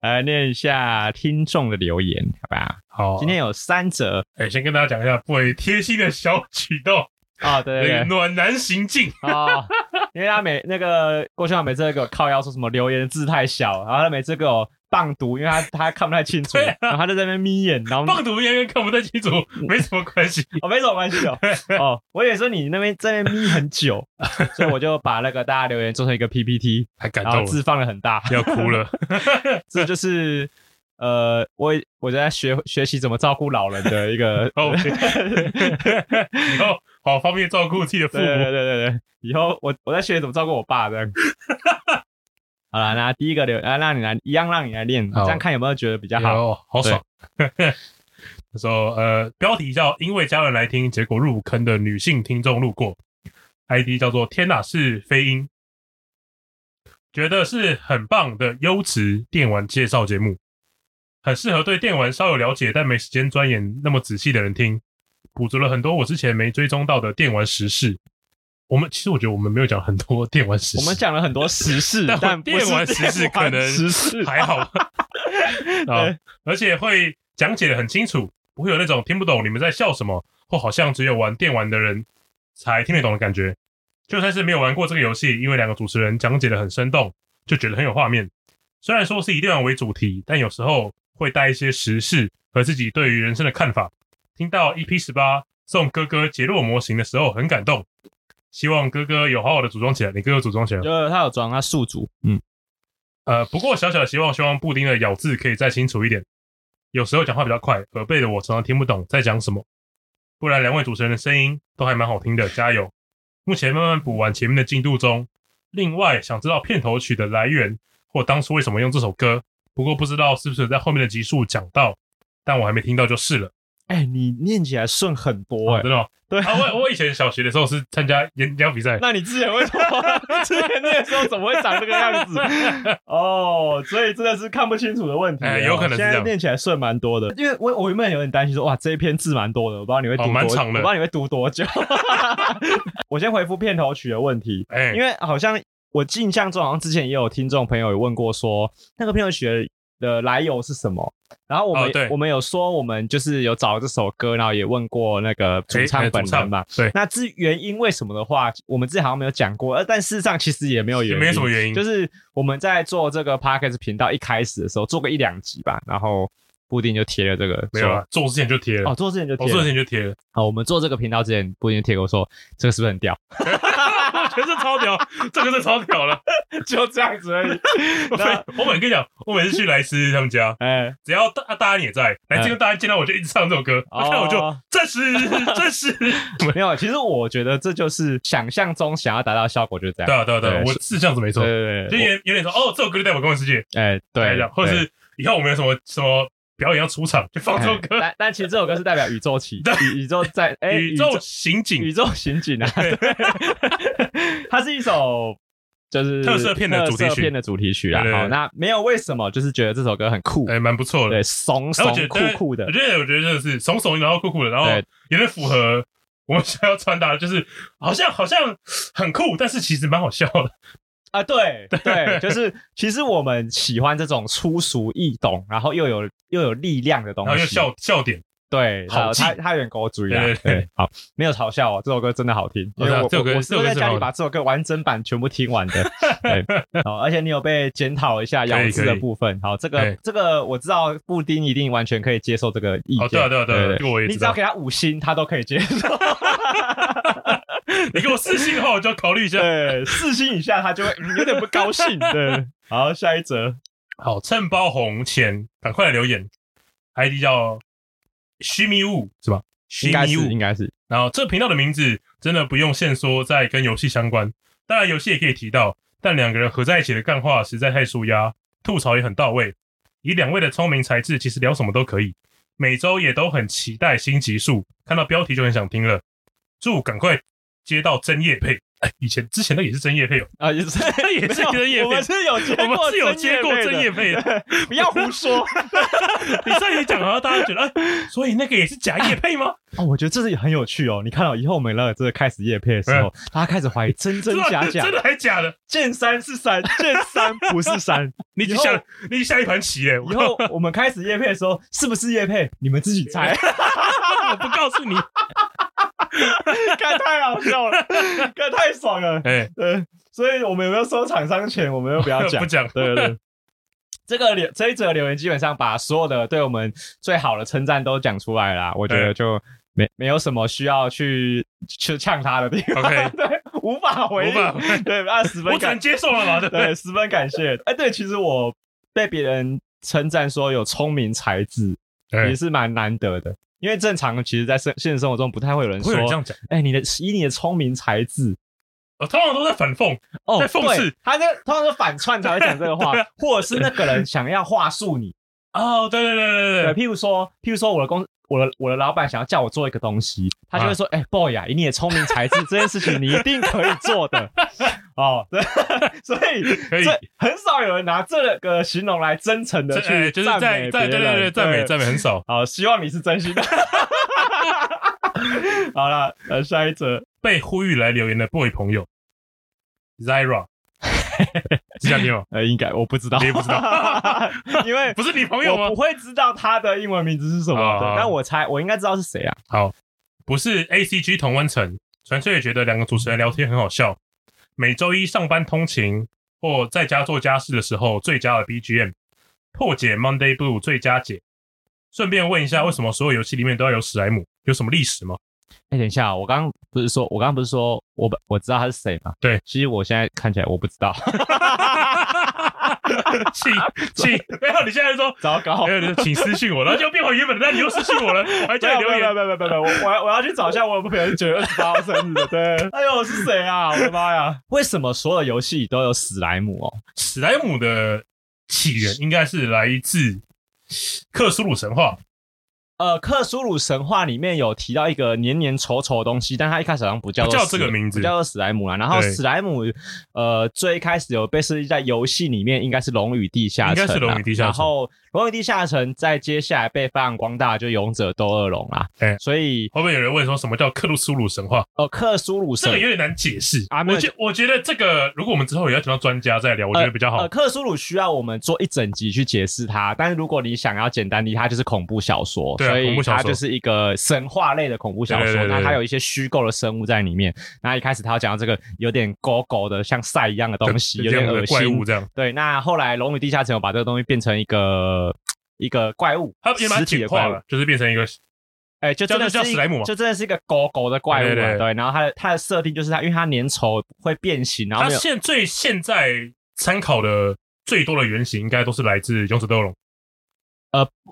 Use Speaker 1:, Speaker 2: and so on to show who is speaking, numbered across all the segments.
Speaker 1: 来念一下听众的留言，好吧？
Speaker 2: 好，
Speaker 1: 今天有三则
Speaker 2: 哎、先跟大家讲一下，不为贴心的小举动，
Speaker 1: 哦，对对对，
Speaker 2: 暖男行径。
Speaker 1: 哦，因为他每那个郭校长每次都给我靠腰说什么留言字太小，然后他每次给我棒读，因为他他看不太清楚，
Speaker 2: 对啊
Speaker 1: 然后他就在那边眯眼，然后
Speaker 2: 棒读演员看不太清楚，
Speaker 1: 嗯
Speaker 2: 没什么关系。
Speaker 1: 哦没什么关系哦。哦，我也说你那边在那边眯很久， 所以我就把那个大家留言做成一个 PPT，
Speaker 2: 太感
Speaker 1: 然后，字放的很大，
Speaker 2: 要哭了。
Speaker 1: 这就是。呃，我我在学学习怎么照顾老人的一 个
Speaker 2: 哦，以后好方便照顾自己的父
Speaker 1: 对对对
Speaker 2: 母。
Speaker 1: 对对，以后我我在学怎么照顾我爸这样。 好了，那第一个留啊，让你来一样，让你来练，
Speaker 2: 好
Speaker 1: 这样看有没有觉得比较好？
Speaker 2: 好，好爽。 他说，呃，标题叫“因为家人来听，结果入坑的女性听众路过 ”，ID 叫做“天哪是飞鹰”，觉得是很棒的优质电玩介绍节目，很适合对电玩稍有了解但没时间钻研那么仔细的人听，补足了很多我之前没追踪到的电玩时事。我们其实我觉得我们没有讲很多电玩时
Speaker 1: 我
Speaker 2: 事，
Speaker 1: 们讲了很多时 事
Speaker 2: 但，
Speaker 1: 但不是
Speaker 2: 电玩时事
Speaker 1: 电玩
Speaker 2: 可能
Speaker 1: 时事
Speaker 2: 还好， 好，哦而且会讲解的很清楚，不会有那种听不懂你们在笑什么，或好像只有玩电玩的人才听得懂的感觉。就算是没有玩过这个游戏，因为两个主持人讲解的很生动，就觉得很有画面。虽然说是以电玩为主题，但有时候会带一些时事和自己对于人生的看法。听到 EP 十八送哥哥杰洛模型的时候，很感动。希望哥哥有好好的组装起来，你哥哥组装起来了吗
Speaker 1: 就是他有装他宿主，嗯，
Speaker 2: 呃，不过小小的希望，希望布丁的咬字可以再清楚一点。有时候讲话比较快，耳背的我常常听不懂在讲什么。不然两位主持人的声音都还蛮好听的，加油！目前慢慢补完前面的进度中。另外，想知道片头曲的来源或当初为什么用这首歌，不过不知道是不是在后面的集数讲到，但我还没听到就是了。
Speaker 1: 哎，你念起来顺很多哎
Speaker 2: 真，的吗？
Speaker 1: 对
Speaker 2: 啊，我我以前小学的时候是参加演讲比赛，
Speaker 1: 那你之前为什么之前那个时候怎么会长这个样 子？哦，所以真的是看不清楚的问题哦。
Speaker 2: 哎有可能是这
Speaker 1: 现在
Speaker 2: 样
Speaker 1: 念起来顺蛮多的，因为我我原本有点担心说，哇，这一篇字蛮多的，我不知道你会读
Speaker 2: 哦
Speaker 1: 多，
Speaker 2: 蛮
Speaker 1: 久，
Speaker 2: 长
Speaker 1: 我不
Speaker 2: 的
Speaker 1: 知道你会读多久。 我先回复片头曲的问题，
Speaker 2: 哎、
Speaker 1: 因为好像我印象中好像之前也有听众朋友有问过说，那个片头曲的来由是什么？然后我们、
Speaker 2: 哦对
Speaker 1: 我们有说我们就是有找这首歌，然后也问过那个主唱本人嘛。
Speaker 2: 对
Speaker 1: 那至于原因为什么的话，我们之前好像没有讲过，呃，但事实上其实也没有原
Speaker 2: 也
Speaker 1: 因，
Speaker 2: 没什么原因，
Speaker 1: 就是我们在做这个 p a d k a s 频道一开始的时候做个一两集吧，然后布丁就贴了这个，
Speaker 2: 没有
Speaker 1: 说
Speaker 2: 啊，做之前就贴了，
Speaker 1: 哦，做之前就
Speaker 2: 我、
Speaker 1: 贴
Speaker 2: 做
Speaker 1: 了
Speaker 2: 之，前就贴了。
Speaker 1: 好，我们做这个频道之前，布丁就贴给我说这个是不是 很屌？
Speaker 2: 我觉得这 超屌，这个是超屌了。
Speaker 1: 就这样子而已。
Speaker 2: 我每
Speaker 1: 那
Speaker 2: 我每跟你讲，我每次去莱斯他们家，
Speaker 1: 哎，
Speaker 2: 只要大大安也在，莱斯跟大安见到我就一直唱这首歌，
Speaker 1: 嗯 哦
Speaker 2: 他看我就这是 这是。
Speaker 1: 没有，其实我觉得这就是想象中想要达到的效果，就是这
Speaker 2: 对
Speaker 1: 样。
Speaker 2: 啊对啊对啊
Speaker 1: 对，
Speaker 2: 我是这样子没错，
Speaker 1: 对对
Speaker 2: 就
Speaker 1: 对，
Speaker 2: 有有点说哦，这首歌就代表公文世界，
Speaker 1: 我哎
Speaker 2: 大概这
Speaker 1: 对
Speaker 2: 样，或者
Speaker 1: 对
Speaker 2: 是以后我们有什么什么表演要出场，就放这首
Speaker 1: 哎
Speaker 2: 歌。
Speaker 1: 但但其实这首歌是代表宇宙起，宇宇宙在哎
Speaker 2: 宇宙刑
Speaker 1: 宇
Speaker 2: 警，
Speaker 1: 宙刑警啊， 它是一首就是
Speaker 2: 特色片的主题曲
Speaker 1: 特色片的主题曲啦。
Speaker 2: 对对对
Speaker 1: 好，那没有为什么，就是觉得这首歌很酷，
Speaker 2: 哎，蛮不错的
Speaker 1: 对，。怂
Speaker 2: 然后
Speaker 1: 怂
Speaker 2: 我觉得
Speaker 1: 酷酷的
Speaker 2: 我，觉得我觉得真的是怂怂，然后酷酷的，然后
Speaker 1: 对
Speaker 2: 有点符合我们想要传达的，就是好像好像很酷，但是其实蛮好笑的。
Speaker 1: 啊，对 对，就是其实我们喜欢这种粗俗易懂，然后又有又有力量的东
Speaker 2: 然后又
Speaker 1: 西。
Speaker 2: 笑笑点，
Speaker 1: 对，
Speaker 2: 好
Speaker 1: 好，
Speaker 2: 记
Speaker 1: 他他有点狗嘴啦
Speaker 2: 对。对
Speaker 1: 对，好，没有嘲笑哦，这首歌真的好听，因为
Speaker 2: 哦是啊
Speaker 1: 我
Speaker 2: 这首歌
Speaker 1: 我我
Speaker 2: 这首
Speaker 1: 是
Speaker 2: 歌
Speaker 1: 在
Speaker 2: 是
Speaker 1: 家
Speaker 2: 好
Speaker 1: 里
Speaker 2: 的
Speaker 1: 把这首歌完整版全部听完 的。对，好，而且你有被检讨一下咬
Speaker 2: 可以
Speaker 1: 字
Speaker 2: 可
Speaker 1: 的
Speaker 2: 以
Speaker 1: 部分。好，这个
Speaker 2: 哎
Speaker 1: 这个我知道布丁一定完全可以接受这个意见。
Speaker 2: 哦，对啊，对啊，对啊，这个我也
Speaker 1: 你
Speaker 2: 知
Speaker 1: 只要
Speaker 2: 道。
Speaker 1: 给他五星，他都可以接 受。
Speaker 2: 你给我私信的话，我就要考虑一下。
Speaker 1: 对，四星以下他就会嗯有点不高兴。对，好，下一则。
Speaker 2: 好，趁包红前赶快来留言，ID 叫虚迷雾是吧？虚
Speaker 1: 应该
Speaker 2: 迷
Speaker 1: 是
Speaker 2: 雾
Speaker 1: 应。该是
Speaker 2: 然后这频道的名字真的不用限缩在跟游戏相关，当然游戏也可以提到，但两个人合在一起的干话实在太舒压，吐槽也很到位。以两位的聪明才智，其实聊什么都可以。每周也都很期待新集数，看到标题就很想听了。祝赶快接到真叶配，哎， 以前之前那也是真叶配哦，
Speaker 1: 啊，也是
Speaker 2: 也是真业
Speaker 1: 没
Speaker 2: 配
Speaker 1: 有我们是有接
Speaker 2: 我
Speaker 1: 过，
Speaker 2: 们是有接过真叶，配的。
Speaker 1: 不要胡说
Speaker 2: 你上一讲，好像大家觉得，哎，所以那个也是假叶配吗？
Speaker 1: 哦！我觉得这是很有趣哦。你看到、以后我们来这个开始叶配的时候，大家开始怀 疑真真假假
Speaker 2: 哎真，的还假的？
Speaker 1: 见山是 山，见山不是山。
Speaker 2: 你已经
Speaker 1: 以后
Speaker 2: 下你已经下一盘棋嘞，我
Speaker 1: 以后我们开始叶配的时候，是不是叶配？你们自己 猜，
Speaker 2: 我不告诉你。
Speaker 1: 看太好笑了，看太爽了。
Speaker 2: 哎，
Speaker 1: 对，所以我们有没有收厂商钱，我们就不要讲
Speaker 2: 不。讲。
Speaker 1: 对对对，这个留这一则留言基本上把所有的对我们最好的称赞都讲出来啦，我觉得就没没有什么需要去去呛他的地方
Speaker 2: OK
Speaker 1: 对，无法回
Speaker 2: 无法回
Speaker 1: 应，对，啊，十
Speaker 2: 我
Speaker 1: 分
Speaker 2: 只
Speaker 1: 感
Speaker 2: 能，接受了嘛，对不对？
Speaker 1: 对，十分感谢。 哎，对，其实我被别人称赞说有聪明才智，
Speaker 2: 哎
Speaker 1: 也是蛮难得的。因为正常，其实，在生现实生活中不太会有人
Speaker 2: 不
Speaker 1: 说
Speaker 2: 会有人这，样讲，
Speaker 1: 哎、你的以你的聪明才智，
Speaker 2: 我通常都在反讽。
Speaker 1: 哦，
Speaker 2: 在讽刺
Speaker 1: 对，他那通常是反串才会讲这个话
Speaker 2: 对啊，
Speaker 1: 或者是那个人想要话术你。
Speaker 2: 哦，对对对
Speaker 1: 对，
Speaker 2: 对对，
Speaker 1: 譬如说，譬如说我的公，我的我的老板想要叫我做一个东西，他就会说：“哎、b o y 啊，以你的聪明才智， 这件事情你一定可以做的。”哦，对， 所以
Speaker 2: 可以
Speaker 1: 这很少有人拿这个形容来真诚的
Speaker 2: 这哎
Speaker 1: 去
Speaker 2: 就是
Speaker 1: 赞
Speaker 2: 在
Speaker 1: 美
Speaker 2: 在
Speaker 1: 别
Speaker 2: 对对对
Speaker 1: 人
Speaker 2: 赞美赞美很少。
Speaker 1: 好，希望你是真 心的。好了，呃，下一则，
Speaker 2: 被呼吁来留言的 boy 朋友 Zira，是这样念吗？
Speaker 1: 呃，应该我不知道，
Speaker 2: 你也不知道
Speaker 1: 因为
Speaker 2: 不是啊你朋友
Speaker 1: 我
Speaker 2: 吗
Speaker 1: 不？会知道他的英文名字是什么，
Speaker 2: 啊
Speaker 1: 对但我猜我应该知道是谁啊？
Speaker 2: 好，不是 A C G 同温层，纯粹觉得两个主持人聊天很好笑。每周一上班通勤或在家做家事的时候，最佳的 B G M 破解 Monday Blue 最佳解。顺便问一下，为什么所有游戏里面都要有史莱姆？有什么历史吗？
Speaker 1: 哎、等一下，我刚刚不是说，我刚刚不是说我本我知道他是谁吗？
Speaker 2: 对，
Speaker 1: 其实我现在看起来我不知 道，
Speaker 2: 请请，然后你现在说，
Speaker 1: 糟糕
Speaker 2: 没。有，你说请私信我，然后就变回原本的，那你又私信我了，我还
Speaker 1: 不
Speaker 2: 叫
Speaker 1: 要
Speaker 2: 你
Speaker 1: 不
Speaker 2: 留
Speaker 1: 要
Speaker 2: 言
Speaker 1: 不。要不要不要！我我要我要去找一下我有朋友九月二十八号生日的。对， 哎呦，是谁啊？我的妈呀！ 为什么所有游戏都有史莱姆哦？
Speaker 2: 史莱姆的起源应该是来自克苏鲁神话，
Speaker 1: 呃，克苏鲁神话里面有提到一个黏黏稠稠的东西，但它一开始好像不叫做
Speaker 2: 不叫
Speaker 1: 史
Speaker 2: 这个名字
Speaker 1: 不叫做史莱姆啦。然后
Speaker 2: 对
Speaker 1: 史莱姆，呃，最一开始有被设计在游戏里面，应该是《龙与地下城》啦，
Speaker 2: 应该是龙与地下城
Speaker 1: 然后《龙与地下城》在接下来被发扬光大，就《勇者斗恶龙》啦。
Speaker 2: 哎
Speaker 1: 所以
Speaker 2: 会不会有人问说什么叫克鲁苏鲁神话？
Speaker 1: 呃，克苏鲁
Speaker 2: 这
Speaker 1: 神
Speaker 2: 个有点难解释
Speaker 1: 啊没
Speaker 2: 我
Speaker 1: 有
Speaker 2: 觉我觉得这个，如果我们之后也要请到专家再聊，我觉得比较好。
Speaker 1: 呃，克苏鲁需要我们做一整集去解释它，但是如果你想要简单理解，它就是恐怖小说，
Speaker 2: 对啊
Speaker 1: 所
Speaker 2: 恐
Speaker 1: 以
Speaker 2: 怖小
Speaker 1: 它
Speaker 2: 说
Speaker 1: 就是一个神话类的恐怖小
Speaker 2: 对对对
Speaker 1: 说。
Speaker 2: 对
Speaker 1: 那
Speaker 2: 对
Speaker 1: 它有一些虚构的生物在里面。那一开始他要讲到这个有点狗狗的像赛一样的东 西，
Speaker 2: 就
Speaker 1: 有
Speaker 2: 这
Speaker 1: 点
Speaker 2: 样的
Speaker 1: 恶
Speaker 2: 怪
Speaker 1: 心
Speaker 2: 物。这样，
Speaker 1: 对，那后来《龙与地下城》有把这个东西变成一个一个怪物
Speaker 2: 它，也蛮
Speaker 1: 实体
Speaker 2: 简
Speaker 1: 的
Speaker 2: 化
Speaker 1: 怪物
Speaker 2: 了。，就是变成一个
Speaker 1: 哎、就真的是
Speaker 2: 叫
Speaker 1: 一
Speaker 2: 叫史莱姆嘛
Speaker 1: 就真的是一个狗狗的怪物嘛。啊
Speaker 2: 对对对
Speaker 1: 对，然后它的它的设定就是它，因为它粘稠会变形，然后
Speaker 2: 它
Speaker 1: 没有
Speaker 2: 现最现在参考的最多的原型，应该都是来自《勇者斗龙》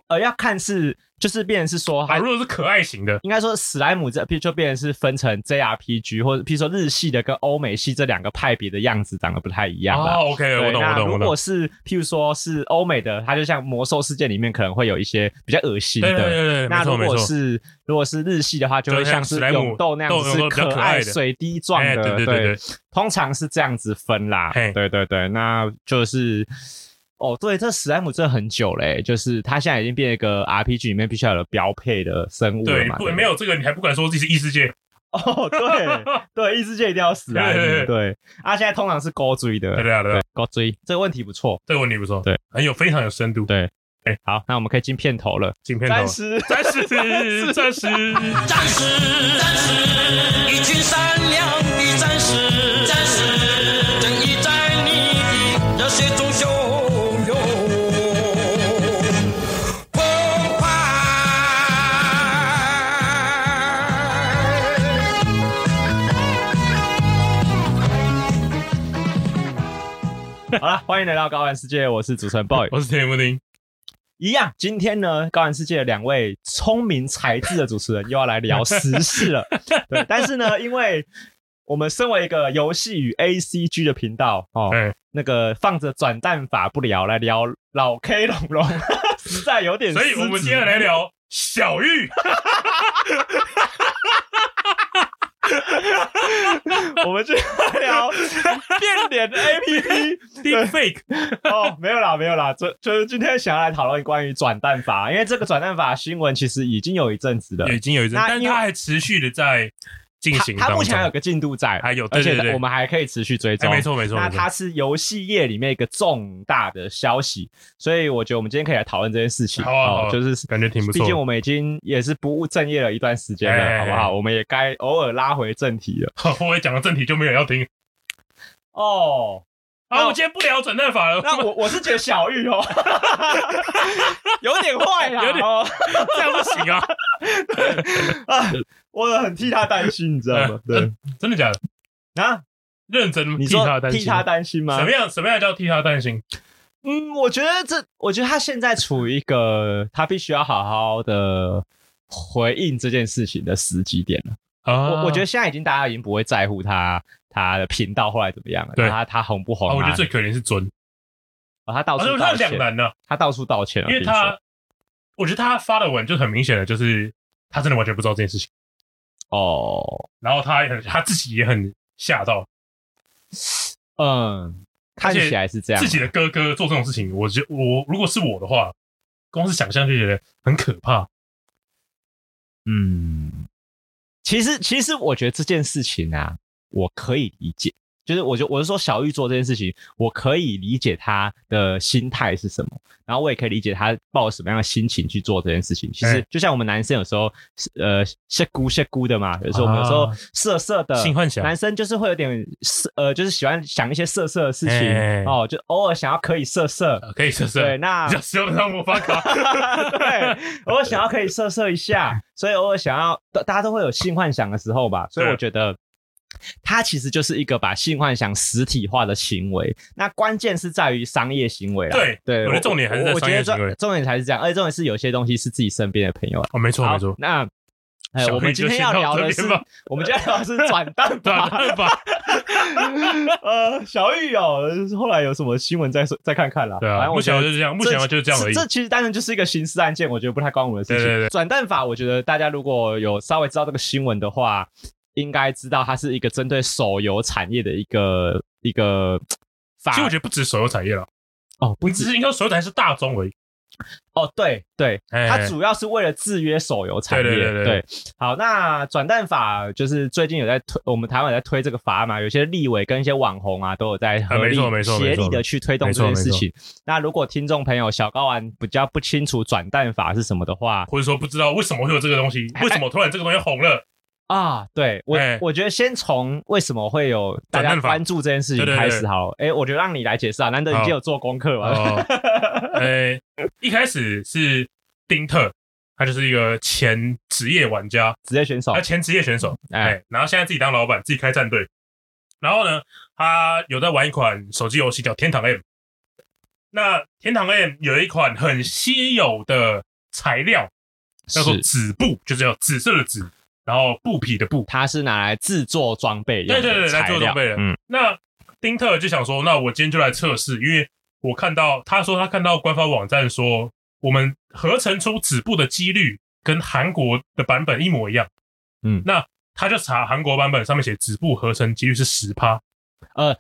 Speaker 1: 呃要看是就是变成是说
Speaker 2: 啊。
Speaker 1: 它
Speaker 2: 如果是可爱型的，
Speaker 1: 应该说史莱姆这就变成是分成 JRPG 或者譬如说日系的跟欧美系这两个派别的样子长得不太一样啦。
Speaker 2: 啊，OK，
Speaker 1: 对，
Speaker 2: 我懂，我
Speaker 1: 那
Speaker 2: 懂，
Speaker 1: 如
Speaker 2: 我懂
Speaker 1: 果。是譬如说是欧美的，它就像魔兽世界里面可能会有一些比较恶心
Speaker 2: 对对
Speaker 1: 的。
Speaker 2: 对对，
Speaker 1: 那
Speaker 2: 没错
Speaker 1: 如
Speaker 2: 没
Speaker 1: 果
Speaker 2: 错。
Speaker 1: 是如果是日系的话，就会
Speaker 2: 就像
Speaker 1: 像是
Speaker 2: 史莱姆
Speaker 1: 勇斗那样
Speaker 2: 斗
Speaker 1: 子，
Speaker 2: 勇斗
Speaker 1: 是
Speaker 2: 比较可爱
Speaker 1: 爱
Speaker 2: 的
Speaker 1: 水滴状
Speaker 2: 哎
Speaker 1: 的。
Speaker 2: 对对对对
Speaker 1: 通常是这样子分啦
Speaker 2: 嘿。
Speaker 1: 对对对，那就是。哦，对，这史莱姆真的很久嘞、就是它现在已经变成一个 RPG 里面必须要有的标配的生物了
Speaker 2: 对，
Speaker 1: 嘛。
Speaker 2: 不
Speaker 1: 对不对
Speaker 2: 没有这个，你还不敢说自己是异世界？
Speaker 1: 哦， 对对，异世界一定要死莱
Speaker 2: 对对对
Speaker 1: 姆。对，啊，现在通常是勾追的
Speaker 2: 对，对啊对啊
Speaker 1: 对，，勾追这个问题不错。
Speaker 2: 这个问题不错，
Speaker 1: 对，
Speaker 2: 很有非常有深度。
Speaker 1: 对好，那我们可以进片头了。
Speaker 2: 镜片头
Speaker 1: 暂，时，
Speaker 2: 暂时，暂时。
Speaker 3: 战士，战士，一群善良的战士，战士，正义在你的热血中汹涌澎湃。
Speaker 1: 好了，欢迎来到高玩世界，我是主持人 boy。
Speaker 2: 我是田布丁，
Speaker 1: 一样，今天呢，高玩世界的两位聪明才智的主持人又要来聊时事了。对，但是呢，因为我们身为一个游戏与 ACG 的频道哦，
Speaker 2: 哎
Speaker 1: 那个放着转蛋法不聊，来聊老 K 龙龙， 实在有点失
Speaker 2: 所
Speaker 1: 职。
Speaker 2: 以我们今天来聊小玉。
Speaker 1: 我们就来聊变脸的 APP。
Speaker 2: Deep Fake
Speaker 1: 哦，没有啦，没有啦，这就是今天想要来讨论关于转蛋法，因为这个转蛋法新闻其实已经有一阵子了，
Speaker 2: 已经有一阵，
Speaker 1: 那
Speaker 2: 但
Speaker 1: 因为
Speaker 2: 它还持续的在进
Speaker 1: 它
Speaker 2: 行当中。
Speaker 1: 它目前还有个进度在，
Speaker 2: 还有对
Speaker 1: 而且
Speaker 2: 对对
Speaker 1: 我们还可以持续追
Speaker 2: 哎
Speaker 1: 踪。
Speaker 2: 没错没错，
Speaker 1: 那
Speaker 2: 没错
Speaker 1: 它是游戏业里面一个重大的消息，所以我觉得我们今天可以来讨论这件事情。
Speaker 2: 好啊好
Speaker 1: 哦
Speaker 2: 啊
Speaker 1: 就是
Speaker 2: 感觉挺不
Speaker 1: 毕竟
Speaker 2: 错。
Speaker 1: 我们已经也是不务正业了一段时间
Speaker 2: 哎哎
Speaker 1: 了，
Speaker 2: 哎
Speaker 1: 好不好？我们也该偶尔拉回正题了。
Speaker 2: 我也讲到正题就没有人要听。
Speaker 1: 哦，那
Speaker 2: 好，我们今天不聊转蛋法了，
Speaker 1: 那我我是觉得小玉 哦，有点坏啦，
Speaker 2: 有点
Speaker 1: 哦
Speaker 2: 这样不行啊！
Speaker 1: 啊，我很替他担心，你知 道吗？对
Speaker 2: 真的假的？
Speaker 1: 啊，
Speaker 2: 认真
Speaker 1: 你
Speaker 2: 替
Speaker 1: 说
Speaker 2: 他担心，
Speaker 1: 替他担心
Speaker 2: 什
Speaker 1: 吗
Speaker 2: 么？样什么样叫替他担心？
Speaker 1: 嗯，我觉得这，我觉得他现在处于一个他必须要好好的回应这件事情的时机点了。
Speaker 2: 啊
Speaker 1: 我我觉得现在已经大家已经不会在乎他他的频道后来怎么样了，
Speaker 2: 对
Speaker 1: 他他红不红
Speaker 2: 啊，
Speaker 1: 啊？
Speaker 2: 我觉得最可怜是尊，
Speaker 1: 哦他到
Speaker 2: 啊，
Speaker 1: 处
Speaker 2: 他
Speaker 1: 道
Speaker 2: 两
Speaker 1: 歉，
Speaker 2: 难呢，
Speaker 1: 他到处道歉了，
Speaker 2: 因为
Speaker 1: 听说
Speaker 2: 他，我觉得他发的文就很明显的就是他真的完全不知道这件事情，
Speaker 1: 哦，
Speaker 2: 然后他也很他自己也很吓到，
Speaker 1: 嗯，看
Speaker 2: 且
Speaker 1: 起来是这样，啊
Speaker 2: 自己的哥哥做这种事情，我觉我如果是我的话，光是想象就觉得很可怕。
Speaker 1: 嗯，其实其实我觉得这件事情啊，我可以理解。就是我就我是说小玉做这件事情，我可以理解他的心态是什么，然后我也可以理解他抱什么样的心情去做这件事情。其实
Speaker 2: 哎
Speaker 1: 就像我们男生有时候呃谢姑谢姑的嘛，有时候我们有时候
Speaker 2: 啊
Speaker 1: 色色的
Speaker 2: 性幻想
Speaker 1: 呃男生就是会有点色呃，就是喜欢想一些色色的事情
Speaker 2: 哎
Speaker 1: 哦，就偶尔想要可以色色。
Speaker 2: 啊可以试试，
Speaker 1: 对，那
Speaker 2: 比较使用得上魔法 卡，
Speaker 1: 对，偶尔想要可以色色一下，所以偶尔想要，大大家都会有性幻想的时候吧，所以
Speaker 2: 对
Speaker 1: 我觉得。它其实就是一个把性幻想实体化的行为，那关键是在于商业行为啦。
Speaker 2: 对
Speaker 1: 对，
Speaker 2: 我觉得重点还是在
Speaker 1: 我
Speaker 2: 商业
Speaker 1: 我觉得
Speaker 2: 行为
Speaker 1: 重重点才是这样，而且重点是有些东西是自己身边的朋友啊。
Speaker 2: 哦，没错
Speaker 1: 好
Speaker 2: 没错，
Speaker 1: 那呃，
Speaker 2: 小
Speaker 1: 我们
Speaker 2: 黑
Speaker 1: 今
Speaker 2: 就
Speaker 1: 天
Speaker 2: 先
Speaker 1: 要
Speaker 2: 到
Speaker 1: 聊
Speaker 2: 这
Speaker 1: 的
Speaker 2: 边
Speaker 1: 是
Speaker 2: 吧，啊
Speaker 1: 我们今天要聊的是转蛋
Speaker 2: 转
Speaker 1: 法。
Speaker 2: 蛋法，
Speaker 1: 呃，小玉哦，后来有什么新闻再说再看看啦。
Speaker 2: 对
Speaker 1: 反
Speaker 2: 啊，
Speaker 1: 正我
Speaker 2: 目
Speaker 1: 觉
Speaker 2: 前
Speaker 1: 得
Speaker 2: 就是这样，目前就是这样而已
Speaker 1: 这。其实当然就是一个刑事案件，我觉得不太关我们的事情。
Speaker 2: 对对对
Speaker 1: 转蛋法，我觉得大家如果有稍微知道这个新闻的话，应该知道它是一个针对手游产业的一个一个法
Speaker 2: 其实我觉得不止手游产业了，
Speaker 1: 哦，不
Speaker 2: 你只
Speaker 1: 止
Speaker 2: 是应该手游产业是大宗而已。
Speaker 1: 哦，对对，
Speaker 2: 哎
Speaker 1: 它主要是为了制约手游产业。
Speaker 2: 对对对对对
Speaker 1: 好，那转蛋法就是最近有在推，我们台湾有在推这个法案嘛，有些立委跟一些网红啊，都有在合力、
Speaker 2: 啊没错没错
Speaker 1: 协
Speaker 2: 没
Speaker 1: 力
Speaker 2: 错
Speaker 1: 的去推动
Speaker 2: 没
Speaker 1: 这
Speaker 2: 错
Speaker 1: 件事情。那如果听众朋友小高玩比较不清楚转蛋法是什么的话，
Speaker 2: 或者说不知道为什么会有这个 东西，
Speaker 1: 哎
Speaker 2: 为什么突然这个东西红 了？
Speaker 1: 啊，对我、
Speaker 2: 哎
Speaker 1: 我觉得先从为什么会有大
Speaker 2: 转
Speaker 1: 家
Speaker 2: 蛋法
Speaker 1: 关注这件事情
Speaker 2: 对对对
Speaker 1: 开始好了。哎，我觉得让你来解释啊，难得你
Speaker 2: 好
Speaker 1: 今天有做功课嘛。
Speaker 2: 哦，呃，一开始是丁特，他就是一个前职业玩家，
Speaker 1: 职业选手
Speaker 2: 他，前职业选手，
Speaker 1: 哎
Speaker 2: 哎，然后现在自己当老板，自己开战队。然后呢，他有在玩一款手机游戏叫《天堂 M》。那《天堂 M》有一款很稀有的材料，叫做
Speaker 1: 是
Speaker 2: 紫布，就是叫紫色的紫，然后布匹的布。
Speaker 1: 它是拿来制作装备用
Speaker 2: 对
Speaker 1: 的
Speaker 2: 对对，来
Speaker 1: 材
Speaker 2: 做
Speaker 1: 料
Speaker 2: 装备的。
Speaker 1: 嗯，
Speaker 2: 那丁特就想说，那我今天就来测试，因为我看到他说他看到官方网站说，我们合成出纸布的几率跟韩国的版本一模一样。
Speaker 1: 嗯
Speaker 2: 那他就查韩国版本上面写纸布合成几率是十趴，
Speaker 1: 呃，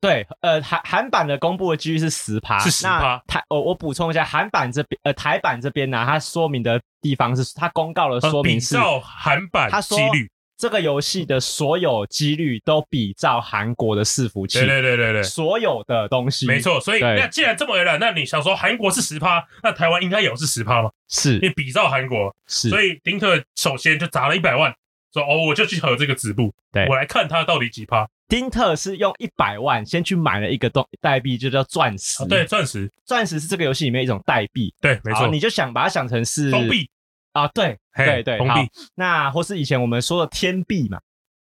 Speaker 1: 对，呃，韩韩版的公布的几率是十趴，
Speaker 2: 是10%
Speaker 1: 那台，我我补充一下，韩版这边，呃，台版这边呢、它说明的地方是，它公告的说
Speaker 2: 呃比
Speaker 1: 明是，
Speaker 2: 照韩版
Speaker 1: 他
Speaker 2: 几
Speaker 1: 说
Speaker 2: 率。
Speaker 1: 这个游戏的所有几率都比照韩国的伺服器
Speaker 2: 对，对对对对，
Speaker 1: 所有的东西，
Speaker 2: 没，错。所以
Speaker 1: 对
Speaker 2: 那既然这么而然，那你想说韩国是十趴，那台湾应该也是十趴嘛？
Speaker 1: 是
Speaker 2: 因为比照韩国，
Speaker 1: 是，
Speaker 2: 所以丁特首先就砸了一百万，说哦，我就去合这个纸布，
Speaker 1: 对
Speaker 2: 我来看它到底几趴。啊
Speaker 1: 丁特是用一百万先去买了一个东代币，就叫钻石，
Speaker 2: 啊，对，，钻石，
Speaker 1: 钻石是这个游戏里面一种代币，
Speaker 2: 对，没
Speaker 1: 嗯好
Speaker 2: 错，
Speaker 1: 你就想把它想成是
Speaker 2: 封闭，
Speaker 1: 啊，对
Speaker 2: 嘿
Speaker 1: 对对，
Speaker 2: 封
Speaker 1: 好
Speaker 2: 闭，
Speaker 1: 那或是以前我们说的天币嘛。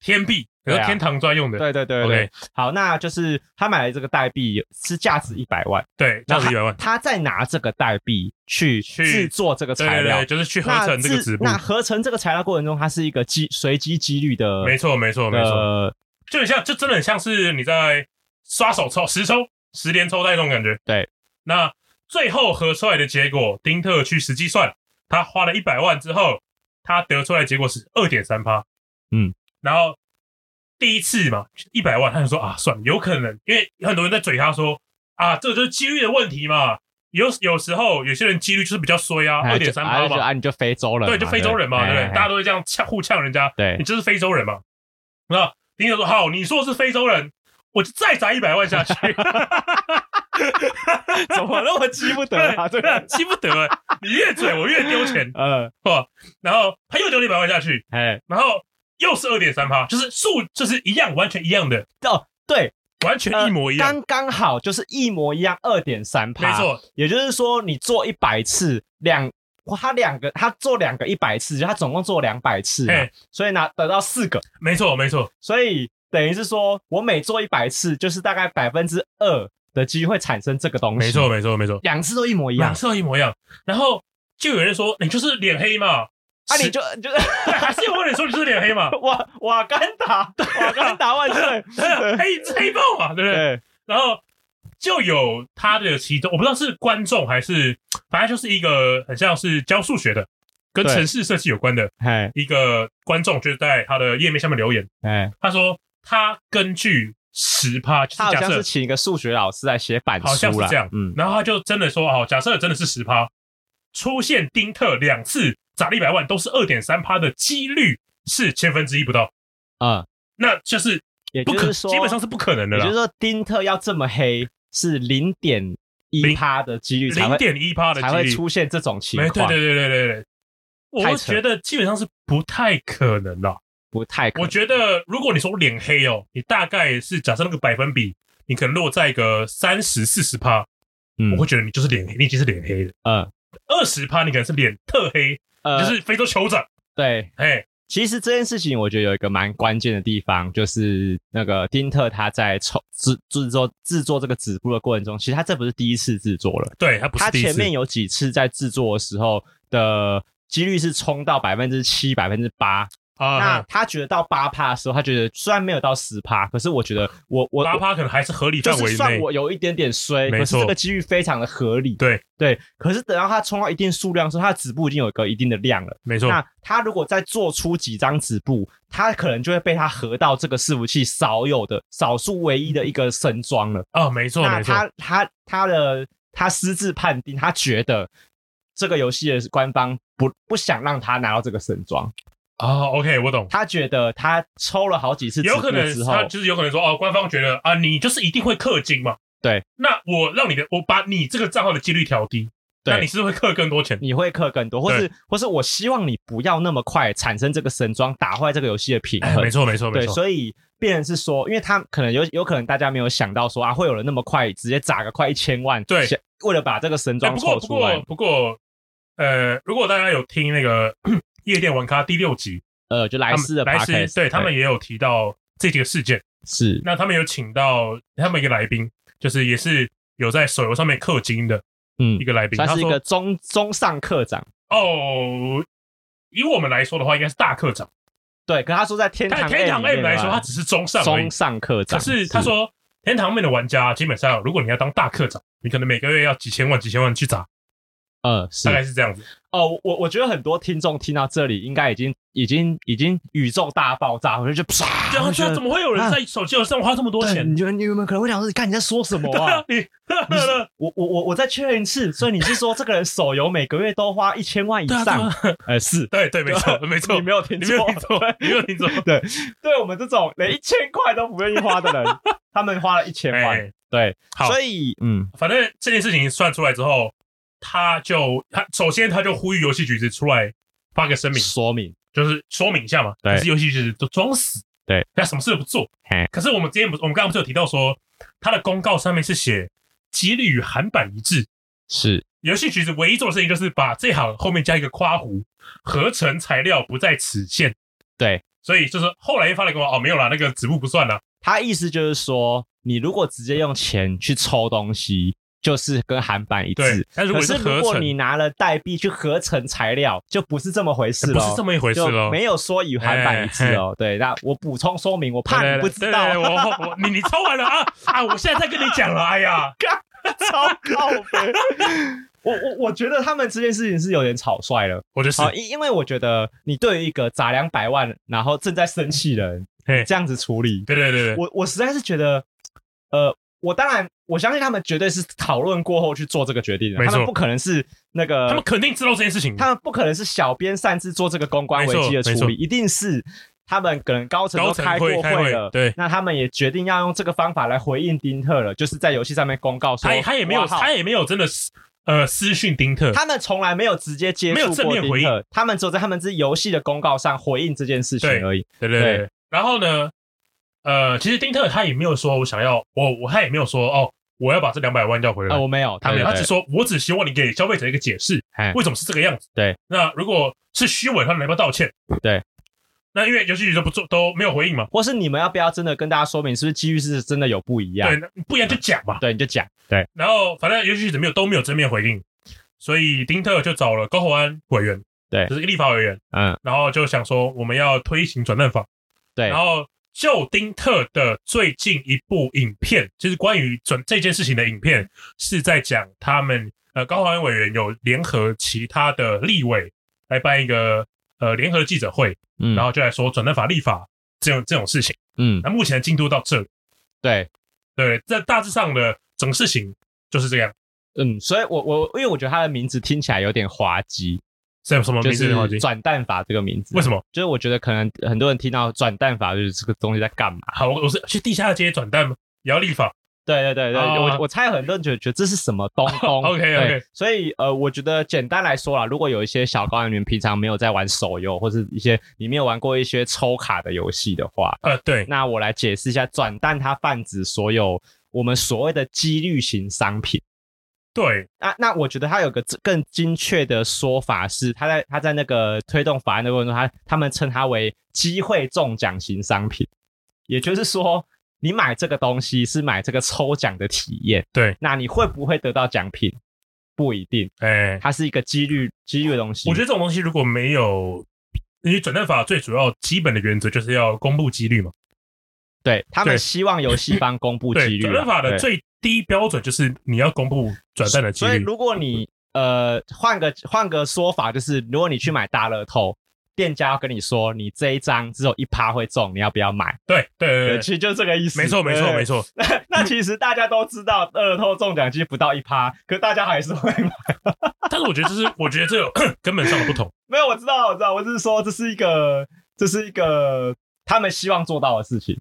Speaker 2: 天币，
Speaker 1: 对啊
Speaker 2: 然后天堂专用的，
Speaker 1: 对对对对
Speaker 2: OK
Speaker 1: 好，那就是他买了这个代币是价值一百万，
Speaker 2: 对，价值一百万，
Speaker 1: 他再拿这个代币去
Speaker 2: 去
Speaker 1: 制作这个
Speaker 2: 对
Speaker 1: 材
Speaker 2: 对
Speaker 1: 料，
Speaker 2: 对，就是去合
Speaker 1: 那
Speaker 2: 成这个
Speaker 1: 制
Speaker 2: 纸布，
Speaker 1: 那合成这个材料过程中，它是一个机随机几率的，
Speaker 2: 没错，没错，没错，
Speaker 1: 的，
Speaker 2: 就很像，就真的很像是你在刷手抽十抽十连抽带那种感觉。
Speaker 1: 对，
Speaker 2: 那最后合出来的结果，丁特去实际算，他花了一百万之后，他得出来的结果是二点三趴，
Speaker 1: 嗯，
Speaker 2: 然后第一次嘛，一百万，他就说啊，算了，有可能，因为很多人在嘴他说啊，这个就是几率的问题嘛。有有时候有些人几率就是比较衰啊，
Speaker 1: 哎
Speaker 2: 二点三
Speaker 1: 就
Speaker 2: 八
Speaker 1: 啊就
Speaker 2: 嘛，
Speaker 1: 啊，你就非洲人嘛，哎
Speaker 2: 对，就非洲人嘛，对不对？大家
Speaker 1: 都
Speaker 2: 都会这样呛互呛人家，
Speaker 1: 对
Speaker 2: 你就是非洲人嘛。那丁总说好，你说是非洲人，我就再砸一百万 下去。
Speaker 1: 怎么那么激不得 啊？这个，
Speaker 2: 记不得，你越嘴我越丢钱，哦
Speaker 1: 呃，
Speaker 2: 然后他又丢了一百万下去，
Speaker 1: 哎，
Speaker 2: 然后又是二点三趴，就是数就是一样，完全一样的，
Speaker 1: 哦，对，
Speaker 2: 完全
Speaker 1: 呃
Speaker 2: 一模一样，
Speaker 1: 刚刚好就是一模一样，二点三趴，
Speaker 2: 没，错，
Speaker 1: 也就是说你做一百次两。哇，他两个，他做两个一百次，就他总共做两百次嘛啊
Speaker 2: 哎，
Speaker 1: 所以拿得到四个，
Speaker 2: 没错，没错，
Speaker 1: 所以等于是说我每做一百次，就是大概百分之二的机会产生这个东西，
Speaker 2: 没错，，没错，没错，
Speaker 1: 两次都一模一样
Speaker 2: 两，次都一模一样。然后就有人说你就是脸黑嘛，
Speaker 1: 啊，你
Speaker 2: 是
Speaker 1: 就 就
Speaker 2: 还是有人说你就是脸黑 嘛，
Speaker 1: 瓦瓦干达，瓦干达万 岁，
Speaker 2: 啊黑黑豹嘛，对不对？
Speaker 1: 对，
Speaker 2: 然后就有他的其中，我不知道是观众还是，反正就是一个很像是教数学的，跟
Speaker 1: 对
Speaker 2: 城市设计有关的。
Speaker 1: 哎
Speaker 2: 一个观众就在他的页面下面留言，
Speaker 1: 哎，
Speaker 2: 他说他根据十趴，就是
Speaker 1: 他好
Speaker 2: 假
Speaker 1: 像
Speaker 2: 设
Speaker 1: 是请一个数学老师来写板
Speaker 2: 好像
Speaker 1: 书
Speaker 2: 是
Speaker 1: 啦，
Speaker 2: 这样，
Speaker 1: 嗯，
Speaker 2: 然后他就真的说，哦，假设真的是十趴，出现丁特两次砸了一百万，都是二点三趴的几率是千分之一不到，
Speaker 1: 啊，
Speaker 2: 那就是
Speaker 1: 也
Speaker 2: 不
Speaker 1: 就
Speaker 2: 可，
Speaker 1: 是说，
Speaker 2: 基本上是不可能的
Speaker 1: 也就是
Speaker 2: 啦，
Speaker 1: 说，丁特要这么黑是零点一趴的几率才
Speaker 2: 零
Speaker 1: 会
Speaker 2: 点一趴的
Speaker 1: 才
Speaker 2: 几
Speaker 1: 会
Speaker 2: 率，
Speaker 1: 出现这种情
Speaker 2: 没对
Speaker 1: 况，
Speaker 2: 对对对对对，
Speaker 1: 太
Speaker 2: 我
Speaker 1: 扯
Speaker 2: 觉得基本上是不太可能啦。
Speaker 1: 不太可
Speaker 2: 我
Speaker 1: 能。
Speaker 2: 觉得，如果你说脸黑哦，你大概是假设那个百分比，你可能落在一个三十四十趴，
Speaker 1: 嗯
Speaker 2: 我会觉得你就是脸黑，你已经是脸黑了。
Speaker 1: 嗯
Speaker 2: 二十趴你可能是脸特黑，
Speaker 1: 呃，
Speaker 2: 就是非洲酋长。
Speaker 1: 对。
Speaker 2: 哎，
Speaker 1: 其实这件事情，我觉得有一个蛮关键的地方，就是那个丁特他在筹制制作制作这个纸布的过程中，其实他这不是第一次制作了，
Speaker 2: 对，他不是
Speaker 1: 他
Speaker 2: 第一
Speaker 1: 前
Speaker 2: 次
Speaker 1: 面，有几次在制作的时候的几率是冲到百分之七、百分之八。那
Speaker 2: 啊，
Speaker 1: 他觉得到八趴的时候，他觉得虽然没有到十趴，可是我觉得我我
Speaker 2: 八
Speaker 1: 我
Speaker 2: 趴可能还是合理
Speaker 1: 就
Speaker 2: 范
Speaker 1: 是
Speaker 2: 围
Speaker 1: 算
Speaker 2: 内。
Speaker 1: 我有一点点衰，
Speaker 2: 没
Speaker 1: 可是这
Speaker 2: 错
Speaker 1: 个几率非常的合理。
Speaker 2: 对
Speaker 1: 对，可是等到他冲到一定数量的时候，他的止步已经有一个一定的量了。
Speaker 2: 没错，
Speaker 1: 那他如果再做出几张止步，他可能就会被他合到这个伺服器少有的少数唯一的一个神装了。
Speaker 2: 啊，没错，
Speaker 1: 那
Speaker 2: 没错，
Speaker 1: 他他他的他私自判定，他觉得这个游戏的官方不不想让他拿到这个神装，
Speaker 2: 啊，OK，我懂。
Speaker 1: 他觉得他抽了好几次直
Speaker 2: 有
Speaker 1: 播
Speaker 2: 可能
Speaker 1: 之后
Speaker 2: 他，就是有可能说，哦，官方觉得啊，你就是一定会氪金嘛。
Speaker 1: 对，
Speaker 2: 那我让你的，我把你这个账号的几率调低，
Speaker 1: 对
Speaker 2: 那你是不是会氪更多钱。
Speaker 1: 你会氪更多，或是或是我希望你不要那么快产生这个神装，打坏这个游戏的平
Speaker 2: 哎，
Speaker 1: 衡
Speaker 2: 没。错，没错，没
Speaker 1: 对，
Speaker 2: 错。
Speaker 1: 所以变成是说，因为他可能有有可能大家没有想到说啊，会有人那么快直接砸个快一千万，
Speaker 2: 对
Speaker 1: 想，为了把这个神
Speaker 2: 哎
Speaker 1: 装
Speaker 2: 不过
Speaker 1: 抽
Speaker 2: 不
Speaker 1: 出来，
Speaker 2: 过不过，呃，如果大家有听那个 夜店玩咖第六集，
Speaker 1: 呃，就莱
Speaker 2: 他
Speaker 1: 斯的
Speaker 2: 们莱斯
Speaker 1: podcast，
Speaker 2: 对他们也有提到这几个事件。
Speaker 1: 是
Speaker 2: 那他们有请到他们一个来宾，就是也是有在手游上面氪金的
Speaker 1: 嗯
Speaker 2: 一，个来宾，
Speaker 1: 算
Speaker 2: 他
Speaker 1: 是一
Speaker 2: 说
Speaker 1: 个中中上课长。
Speaker 2: 哦。以我们来说的话，应该是大课长。
Speaker 1: 对，可他说在天
Speaker 2: 但
Speaker 1: 堂
Speaker 2: 天堂
Speaker 1: M
Speaker 2: M 来说，他只是中上而已
Speaker 1: 啊中。上课长，
Speaker 2: 可是他说，天堂 M 的玩家基本上，如果你要当大课长，你可能每个月要几千万、几千万去砸，
Speaker 1: 呃是
Speaker 2: 大概是这样子。
Speaker 1: 哦，我我觉得很多听众听到这里，应该已经已经已经宇宙大爆炸，我就就啪，
Speaker 2: 然后
Speaker 1: 我觉
Speaker 2: 啊这
Speaker 1: 得
Speaker 2: 怎么会有
Speaker 1: 啊
Speaker 2: 人在手机游戏上花这么多
Speaker 1: 对
Speaker 2: 钱？？
Speaker 1: 你觉得你们可能会想说，你看你在说什么啊
Speaker 2: 你
Speaker 1: 你是我我我我再确认一次，所以你是说这个人手游每个月都花一千万以
Speaker 2: 对啊
Speaker 1: 上？
Speaker 2: 对啊
Speaker 1: 呃，是，
Speaker 2: 对对，没错没错，
Speaker 1: 你没有听
Speaker 2: 你没有
Speaker 1: 错，
Speaker 2: 听错，你没有 听错，
Speaker 1: 对，对我们这种连一千块都不愿意花的人，他们花了一千万，
Speaker 2: 哎，
Speaker 1: 对，
Speaker 2: 好
Speaker 1: 所以嗯，
Speaker 2: 反正这件事情算出来之后，他就他首先他就呼吁游戏局子出来发个声明，
Speaker 1: 说明
Speaker 2: 就是说明一下嘛，
Speaker 1: 对
Speaker 2: 可是游戏局子都装死，
Speaker 1: 对，
Speaker 2: 他什么事都不做
Speaker 1: 嘿。
Speaker 2: 可是我们之前不是，我们刚刚不是有提到说，他的公告上面是写几率与韩版一致。
Speaker 1: 是
Speaker 2: 游戏局子唯一做的事情就是把这行后面加一个括弧，合成材料不在此限。
Speaker 1: 对，
Speaker 2: 所以就是后来又发了一个哦，没有啦，那个子部不算啦。
Speaker 1: 他意思就是说，你如果直接用钱去抽东西，就是跟韩版一致
Speaker 2: 对。，但如
Speaker 1: 可
Speaker 2: 果
Speaker 1: 是
Speaker 2: 合
Speaker 1: 如果
Speaker 2: 成，
Speaker 1: 你拿了代币去合成材料，就不是这么回事
Speaker 2: 哎不
Speaker 1: 了，
Speaker 2: 是这么一回事喽
Speaker 1: 就。没有说与韩版一致哦。对，那我补充说明，我怕你不知
Speaker 2: 对对对
Speaker 1: 道，
Speaker 2: 我我你你 抄完了啊啊！我现在在跟你讲了，哎呀，
Speaker 1: 超靠背。我我我觉得他们这件事情是有点草率了。
Speaker 2: 我就是
Speaker 1: 好，因因为我觉得你对于一个砸两百万然后正在生气的人
Speaker 2: 嘿，
Speaker 1: 这样子处理，
Speaker 2: 对对对对，
Speaker 1: 我我实在是觉得，呃，我当然我相信他们绝对是讨论过后去做这个决定的，
Speaker 2: 没错
Speaker 1: 他们不可能是那个
Speaker 2: 他们肯定知道这件事情，
Speaker 1: 他们不可能是小编擅自做这个公关危机的
Speaker 2: 嗯没
Speaker 1: 处
Speaker 2: 错
Speaker 1: 理，一定是他们可能高层
Speaker 2: 高
Speaker 1: 都
Speaker 2: 层
Speaker 1: 开过
Speaker 2: 会开会
Speaker 1: 了，
Speaker 2: 对
Speaker 1: 那他们也决定要用这个方法来回应丁特了，就是在游戏上面公告说
Speaker 2: 他也他也没有
Speaker 1: 挂号
Speaker 2: 他也没有真的私呃私讯丁特，
Speaker 1: 他们从来没有直接接
Speaker 2: 没有
Speaker 1: 触
Speaker 2: 正
Speaker 1: 过
Speaker 2: 面回
Speaker 1: 丁特，他们只有在他们自己游戏的公告上回应这件事情
Speaker 2: 对
Speaker 1: 而已。
Speaker 2: 对对
Speaker 1: 对
Speaker 2: 对。然后呢，呃，其实丁特他也没有说我想要，我我他也没有说哦，我要把这两百万要回来
Speaker 1: 啊，，我没有，
Speaker 2: 他没有，
Speaker 1: 对
Speaker 2: 他只说我只希望你给消费者一个解释
Speaker 1: 哎，
Speaker 2: 为什么是这个样子。
Speaker 1: 对，
Speaker 2: 那如果是虚伪，他们要不要道歉？
Speaker 1: 对，
Speaker 2: 那因为游戏局都不做，都没有回应嘛。
Speaker 1: 或是你们要不要真的跟大家说明，是不是机遇是真的有不一样
Speaker 2: 对，？那不然就讲嘛。
Speaker 1: 对，你就讲。对，
Speaker 2: 然后反正游戏局没有都没有正面回应，所以丁特就找了高宏安委员，
Speaker 1: 对
Speaker 2: 就是立法委员，
Speaker 1: 嗯，
Speaker 2: 然后就想说我们要推行转蛋法，
Speaker 1: 对
Speaker 2: 然，后就丁特的最近一部影片，就是关于转这件事情的影片，是在讲他们呃高华安委员有联合其他的立委来办一个呃联合记者会，
Speaker 1: 嗯
Speaker 2: 然后就来说转蛋法立法这种这种事情。
Speaker 1: 嗯，
Speaker 2: 那目前的进度到这里，
Speaker 1: 对，
Speaker 2: 对，这大致上的整事情就是这样。
Speaker 1: 嗯，所以我我因为我觉得他的名字听起来有点滑稽，
Speaker 2: 什么什么
Speaker 1: 就
Speaker 2: 名字？
Speaker 1: 是转蛋法这个名字。啊
Speaker 2: 为什么？
Speaker 1: 就是我觉得可能很多人听到转蛋法，就是这个东西在干嘛？
Speaker 2: 好，我我是去地下街转蛋吗？也要立法？
Speaker 1: 对对对对，
Speaker 2: 啊
Speaker 1: 我我猜很多人觉得觉得这是什么 东东
Speaker 2: OK，OK
Speaker 1: 对所以呃，我觉得简单来说啦，如果有一些小高人员平常没有在玩手游，或是一些你没有玩过一些抽卡的游戏的话，
Speaker 2: 呃，对，
Speaker 1: 那我来解释一下转蛋它泛指所有我们所谓的几率型商品。
Speaker 2: 对，
Speaker 1: 啊，那我觉得他有个更精确的说法是，他在他在那个推动法案的过程中，他他们称它为机会中奖型商品，也就是说，你买这个东西是买这个抽奖的体验，
Speaker 2: 对，
Speaker 1: 那你会不会得到奖品？不一定，
Speaker 2: 哎、
Speaker 1: 它是一个几率几率的东西。
Speaker 2: 我觉得这种东西如果没有，因为转蛋法最主要基本的原则就是要公布几率嘛。
Speaker 1: 对他们
Speaker 2: 对
Speaker 1: 希望游戏方公布几
Speaker 2: 对，
Speaker 1: 率
Speaker 2: 转
Speaker 1: 啦，
Speaker 2: 蛋法的
Speaker 1: 对
Speaker 2: 最低标准就是你要公布转蛋的几
Speaker 1: 所以
Speaker 2: 率。
Speaker 1: 如果你呃换个换个说法，就是如果你去买大乐透，店家要跟你说你这一张只有一趴会中，你要不要买？
Speaker 2: 对对对
Speaker 1: 对，
Speaker 2: 对
Speaker 1: 其实就是这个意思。
Speaker 2: 没错没错没
Speaker 1: 错。
Speaker 2: 错。
Speaker 1: 那 那其实大家都知道，乐透中奖机不到一趴，可大家还是会买。
Speaker 2: 但是我觉得这是，我觉得这有 根本上的不同。
Speaker 1: 没有，我知道，我知道，我只是说这是一个，这是一个他们希望做到的事情，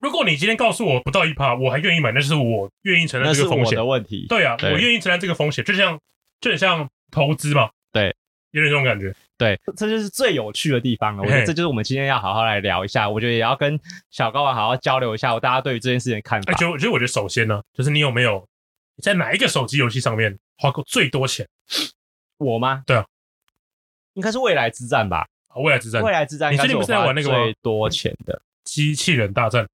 Speaker 2: 如果你今天告诉我不到一趴，我还愿意买，那就是我愿意承
Speaker 1: 那
Speaker 2: 担这
Speaker 1: 是
Speaker 2: 个风
Speaker 1: 我
Speaker 2: 险
Speaker 1: 的。问题。
Speaker 2: 对啊，
Speaker 1: 对
Speaker 2: 我愿意承担这个风险，就像就很像投资嘛。
Speaker 1: 对，啊
Speaker 2: 有点这种感觉。
Speaker 1: 对，这就是最有趣的地方了。我觉得
Speaker 2: 嘿
Speaker 1: 这就是我们今天要好好来聊一下，我觉得也要跟小高啊好好交流一下，大家对于这件事情的看法
Speaker 2: 哎，。就就我觉得首先呢，就是你有没有在哪一个手机游戏上面花过最多钱？
Speaker 1: 我吗？
Speaker 2: 对啊，
Speaker 1: 应该是未来之战吧。
Speaker 2: 啊未来之战，
Speaker 1: 未来之战
Speaker 2: 你
Speaker 1: 应该是
Speaker 2: 最近
Speaker 1: 我
Speaker 2: 不是在玩
Speaker 1: 花
Speaker 2: 那个吗
Speaker 1: 最多钱的。
Speaker 2: 机器人大战，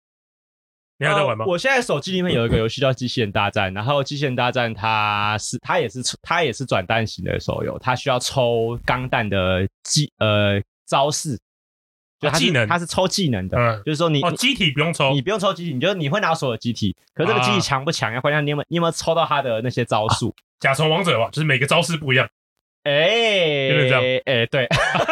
Speaker 2: 你还有在玩吗
Speaker 1: 呃？我现在手机里面有一个游戏叫《机器人大战》，然后《机器人大战》它是它也是它也是转蛋型的手游，它需要抽钢弹的技呃招式，就它是
Speaker 2: 哦技能
Speaker 1: 它是抽技能的，
Speaker 2: 嗯，
Speaker 1: 就是说你
Speaker 2: 哦，
Speaker 1: 你
Speaker 2: 机体不用抽
Speaker 1: 你，不用抽机体，你就你会拿所有机体，可是这个机体
Speaker 2: 啊
Speaker 1: 强不强要关键你有没有你有没有抽到它的那些招数。
Speaker 2: 甲虫王者吧，就是每个招式不一样。
Speaker 1: 哎、
Speaker 2: 点这样
Speaker 1: 哎，对，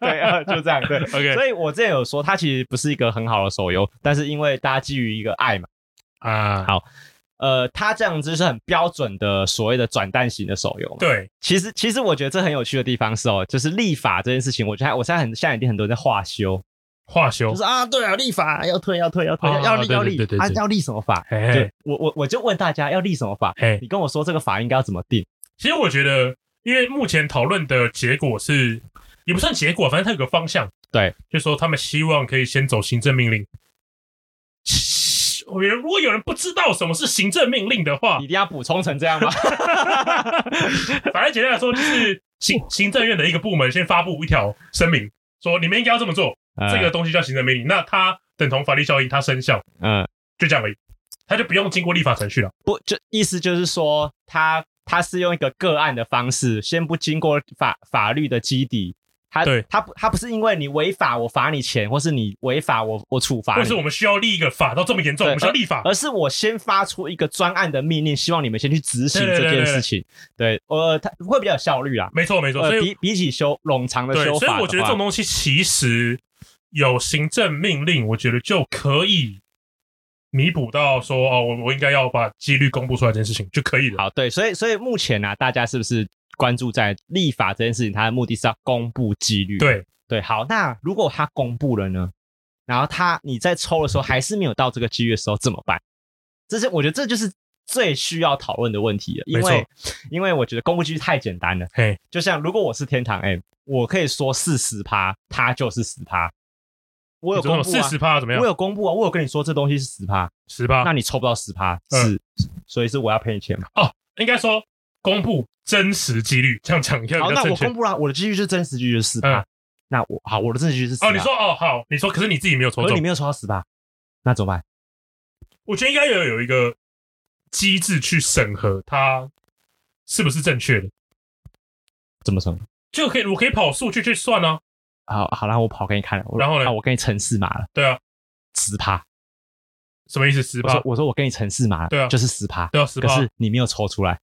Speaker 1: 对，呃就这样，对，
Speaker 2: OK
Speaker 1: 所以我之前有说，它其实不是一个很好的手游，但是因为大家基于一个爱嘛，
Speaker 2: 啊，
Speaker 1: 好呃，它这样子就是很标准的所谓的转蛋型的手游嘛。
Speaker 2: 对，
Speaker 1: 其实，其实我觉得这很有趣的地方是哦，就是立法这件事情，我觉得还我现在很现在一定很多人在化修，
Speaker 2: 化修
Speaker 1: 就，是啊，对啊，立法要推要推要推
Speaker 2: 啊
Speaker 1: 要立
Speaker 2: 对
Speaker 1: 要
Speaker 2: 对
Speaker 1: 立
Speaker 2: 对对
Speaker 1: 啊，
Speaker 2: 对
Speaker 1: 要立什么法？
Speaker 2: 嘿
Speaker 1: 对
Speaker 2: 嘿，
Speaker 1: 我我我就问大家要立什么法？
Speaker 2: 嘿，
Speaker 1: 你跟我说这个法应该要怎么定？
Speaker 2: 其实我觉得，因为目前讨论的结果是，也不算结果，反正它有个方向，
Speaker 1: 对，
Speaker 2: 就说他们希望可以先走行政命令。我觉得如果有人不知道什么是行政命令的话
Speaker 1: 一，定要补充成这 样吗？
Speaker 2: 反正简单来说就是行行政院的一个部门先发布一条声明，说你们应该要这么做，
Speaker 1: 呃
Speaker 2: 这个东西叫行政命令，那它等同法律效应，它生效，
Speaker 1: 嗯，
Speaker 2: 就这样而已，它就不用经过立法程序了。
Speaker 1: 不就意思就是说，他他是用一个个案的方式，先不经过法法律的基底，他
Speaker 2: 对
Speaker 1: 他不他不是因为你违法我罚你钱，或是你违法我我处罚
Speaker 2: 或
Speaker 1: 你
Speaker 2: 是，我们需要立一个法到这么严重，
Speaker 1: 对呃
Speaker 2: 我们需要立法。
Speaker 1: 而是我先发出一个专案的命令，希望你们先去执行
Speaker 2: 对对
Speaker 1: 这
Speaker 2: 对
Speaker 1: 件
Speaker 2: 对对
Speaker 1: 事情。对，呃，他会比较有效率啦。
Speaker 2: 没错，没错，所
Speaker 1: 呃，
Speaker 2: 以
Speaker 1: 比比起修冗长的
Speaker 2: 对，
Speaker 1: 修
Speaker 2: 所
Speaker 1: 法
Speaker 2: 以
Speaker 1: 的话，
Speaker 2: 我觉得这种东西其实有行政命令，我觉得就可以弥补到说哦，我我应该要把几率公布出来这件事情就可以了。
Speaker 1: 好，对，所以所以目前呢、大家是不是关注在立法这件事情？它的目的是要公布纪律。
Speaker 2: 对，
Speaker 1: 对，好，那如果它公布了呢？然后它你在抽的时候还是没有到这个纪律的时候怎么办？这是我觉得这就是最需要讨论的问题了，因
Speaker 2: 没错
Speaker 1: 为因为我觉得公布纪律太简单了。
Speaker 2: 嘿，
Speaker 1: 就像如果我是天堂 M，我可以说四十趴，它就是十趴。我有公布、啊、
Speaker 2: 四十趴怎么样
Speaker 1: 我？有公布啊，我有跟你说这东西是十趴，
Speaker 2: 十趴
Speaker 1: 那你抽不到十趴，
Speaker 2: 嗯
Speaker 1: 是，所以是我要赔你钱嘛。
Speaker 2: 应该说公布真实几率，这样讲一下
Speaker 1: 好，
Speaker 2: 比较
Speaker 1: 那我
Speaker 2: 正确
Speaker 1: 公。布了，我的机率就是真实几率就是四趴、
Speaker 2: 嗯
Speaker 1: 那我好，我的真实几率是四、
Speaker 2: 哦，你说，哦好，你说，可是你自己没有抽
Speaker 1: 可啊是
Speaker 2: 中
Speaker 1: 你，没有抽到十趴，那怎么办？
Speaker 2: 我觉得应该有有一个机制去审核它是不是正确的，
Speaker 1: 怎么算？
Speaker 2: 就可以我可以跑数据去算啊，
Speaker 1: 好好，然后我跑给你看了，我
Speaker 2: 然后呢
Speaker 1: 啊我给你乘四码了，
Speaker 2: 对啊，
Speaker 1: 十趴。
Speaker 2: 什么意思？十
Speaker 1: 我说
Speaker 2: 趴，
Speaker 1: 我说我给你乘四码了，
Speaker 2: 对啊
Speaker 1: 就是十趴。
Speaker 2: 对啊，十
Speaker 1: 可
Speaker 2: 趴。
Speaker 1: 是你没有抽出来，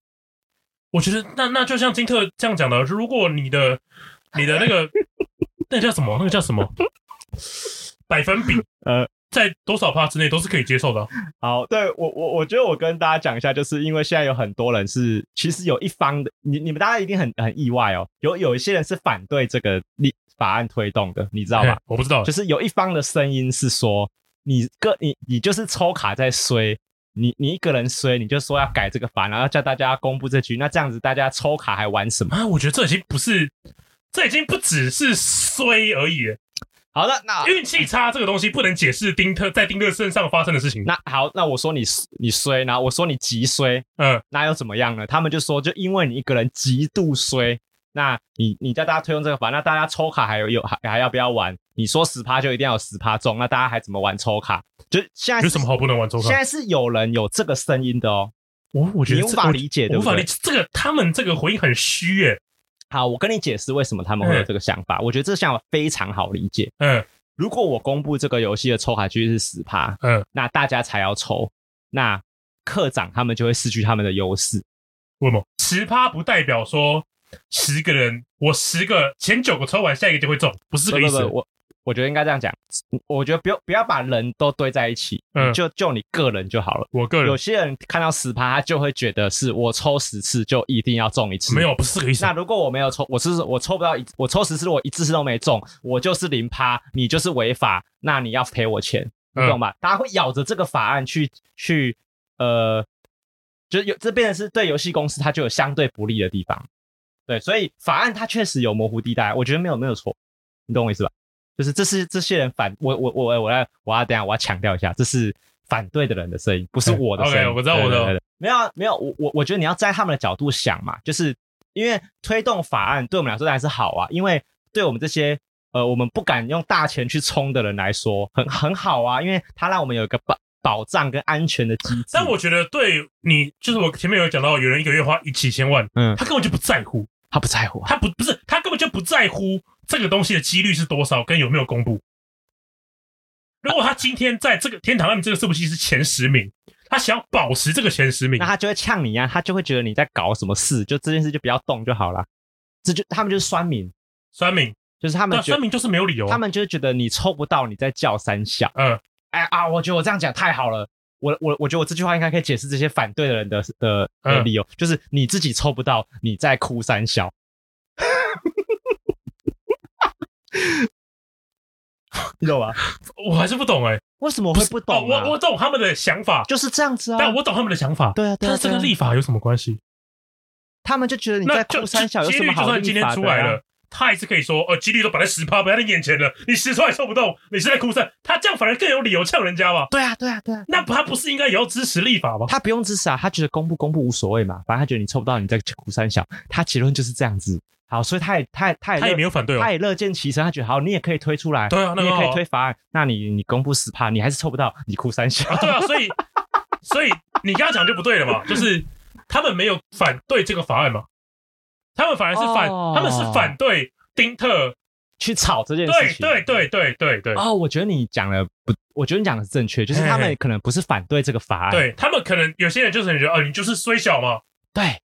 Speaker 2: 我觉得那那就像金特这样讲的，如果你的你的那个 那个叫什么？那个叫什么？百分比
Speaker 1: 呃，
Speaker 2: 在多少趴之内都是可以接受的啊、
Speaker 1: 好，对我我我觉得我跟大家讲一下，就是因为现在有很多人是，其实有一方的，你你们大家一定很很意外哦，有有一些人是反对这个立法案推动的，你知道
Speaker 2: 嘿
Speaker 1: 吗？
Speaker 2: 我不知道，
Speaker 1: 就是有一方的声音是说，你个你你就是抽卡在衰，你你一个人衰，你就说要改这个法，然后叫大家公布这局，那这样子大家抽卡还玩什么？
Speaker 2: 啊，我觉得这已经不是，这已经不只是衰而已了，
Speaker 1: 好的，那
Speaker 2: 运气差这个东西不能解释丁特在丁特身上发生的事情。
Speaker 1: 那好，那我说你你衰，然后我说你极衰，
Speaker 2: 嗯，
Speaker 1: 那又怎么样呢？他们就说，就因为你一个人极度衰，那你你叫大家推动这个法，那大家抽卡还有有还还要不要玩？你说十趴就一定要有十趴中，那大家还怎么玩抽卡？就现在是
Speaker 2: 有什么好不能玩周
Speaker 1: 现在
Speaker 2: 刊？
Speaker 1: 是有人有这个声音的哦，
Speaker 2: 我我觉得
Speaker 1: 你
Speaker 2: 这
Speaker 1: 无法理解，
Speaker 2: 我
Speaker 1: 对
Speaker 2: 无
Speaker 1: 不
Speaker 2: 法
Speaker 1: 对
Speaker 2: 理？解这个他们这个回应很虚耶、
Speaker 1: 好，我跟你解释为什么他们会有这个想法。我觉得这个想法非常好理解。
Speaker 2: 嗯
Speaker 1: 如果我公布这个游戏的抽卡几率是十趴，
Speaker 2: 嗯，
Speaker 1: 那大家才要抽，那课长他们就会失去他们的优势。
Speaker 2: 为什么十趴不代表说十个人我十个前九个抽完下一个就会中，不是这
Speaker 1: 不
Speaker 2: 个意
Speaker 1: 不
Speaker 2: 思。
Speaker 1: 不，我我觉得应该这样讲。我觉得不要不要把人都堆在一起，
Speaker 2: 嗯
Speaker 1: 就就你个人就好了。
Speaker 2: 我个
Speaker 1: 有
Speaker 2: 人
Speaker 1: 些人看到十趴，他就会觉得是我抽十次就一定要中一次，
Speaker 2: 没。有，不是这个意思
Speaker 1: 那。如果我没有抽，我是我抽不到一，我抽十次，我一次都没中，我就是零趴，你就是违法，那你要赔我钱，你
Speaker 2: 嗯
Speaker 1: 懂吧？大家会咬着这个法案去去呃，就是有这变成是对游戏公司它就有相对不利的地方，对，所以法案它确实有模糊地带，我觉得没有没有错，你懂我意思吧？就是这是这些人反我我我我要我要等一下我要强调一下，这是反对的人的声音，不是 我的声音。
Speaker 2: 嗯，OK，我知道
Speaker 1: 对
Speaker 2: 我知道
Speaker 1: 对对对没有啊没有，我我我觉得你要在他们的角度想嘛，就是因为推动法案对我们来说当然是好啊，因为对我们这些呃我们不敢用大钱去冲的人来说，很很好啊，因为它让我们有一个保保障跟安全的机制。
Speaker 2: 但我觉得对你，就是我前面有讲到，有人一个月花一几千万，
Speaker 1: 嗯，
Speaker 2: 他根本就不在乎，
Speaker 1: 他不在乎啊，
Speaker 2: 他不不是他根本就不在乎这个东西的几率是多少，跟有没有公布。如果他今天在这个天堂 M 这个伺服器是前十名，他想要保持这个前十名
Speaker 1: 那，他就会呛你啊，他就会觉得你在搞什么事，就这件事就不要动就好了。这就他们就是酸民，
Speaker 2: 酸民，
Speaker 1: 就是他们
Speaker 2: 那
Speaker 1: 觉
Speaker 2: 酸民就是没有理由啊。
Speaker 1: 他们就是觉得你抽不到，你在叫三小。
Speaker 2: 嗯，
Speaker 1: 哎啊，我觉得我这样讲太好了。我我我觉得我这句话应该可以解释这些反对的人的的的
Speaker 2: 嗯
Speaker 1: 理由，就是你自己抽不到，你在哭三小。 你懂吧？
Speaker 2: 我还是不懂哎、
Speaker 1: 为什么会不懂、啊
Speaker 2: 哦，我我懂他们的想法，
Speaker 1: 就是这样子啊。
Speaker 2: 但我懂他们的想法。
Speaker 1: 对啊，对啊
Speaker 2: 但是这
Speaker 1: 对
Speaker 2: 个
Speaker 1: 啊
Speaker 2: 立法有什么关系？
Speaker 1: 他们就觉得你
Speaker 2: 那
Speaker 1: 在
Speaker 2: 就
Speaker 1: 哭三小有
Speaker 2: 几
Speaker 1: 什
Speaker 2: 率
Speaker 1: 么
Speaker 2: 就
Speaker 1: 好
Speaker 2: 算今
Speaker 1: 立
Speaker 2: 天
Speaker 1: 法
Speaker 2: 出
Speaker 1: 的、
Speaker 2: 来
Speaker 1: 啊
Speaker 2: 了？，他还是可以说，呃，几率都摆在十趴，摆在你眼前了，你十抽也抽不动，你是在哭三，他这样反而更有理由呛人家吧？
Speaker 1: 对啊，对啊，对啊。
Speaker 2: 那他不是应该也要支持立法吗？
Speaker 1: 他不用支持啊，他觉得公布公布无所谓嘛，反正他觉得你抽不到，你在哭三小。他结论就是这样子。好，所以他也他也他也
Speaker 2: 他也
Speaker 1: 乐
Speaker 2: 没有反对哦
Speaker 1: 哎他。也乐见其成，他觉得好，你也可以推出来，
Speaker 2: 对啊那
Speaker 1: 你也
Speaker 2: 很
Speaker 1: 可以
Speaker 2: 好啊
Speaker 1: 推法案，那你你公布十趴，你还是抽不到， 你哭三小。
Speaker 2: 啊，对啊，所以所以你刚刚讲就不对了嘛，就是他们没有反对这个法案嘛，他们反而是反，
Speaker 1: 哦
Speaker 2: 他们是反对丁特
Speaker 1: 去吵这件事
Speaker 2: 对
Speaker 1: 情。
Speaker 2: 对对对对对
Speaker 1: 哦，我觉得你讲的不，我觉得你讲的是正确，就是他
Speaker 2: 嘿
Speaker 1: 们
Speaker 2: 嘿
Speaker 1: 可能不是反对这个法案，
Speaker 2: 对，他们可能有些人就是觉得哦，你就是虽小嘛，
Speaker 1: 对。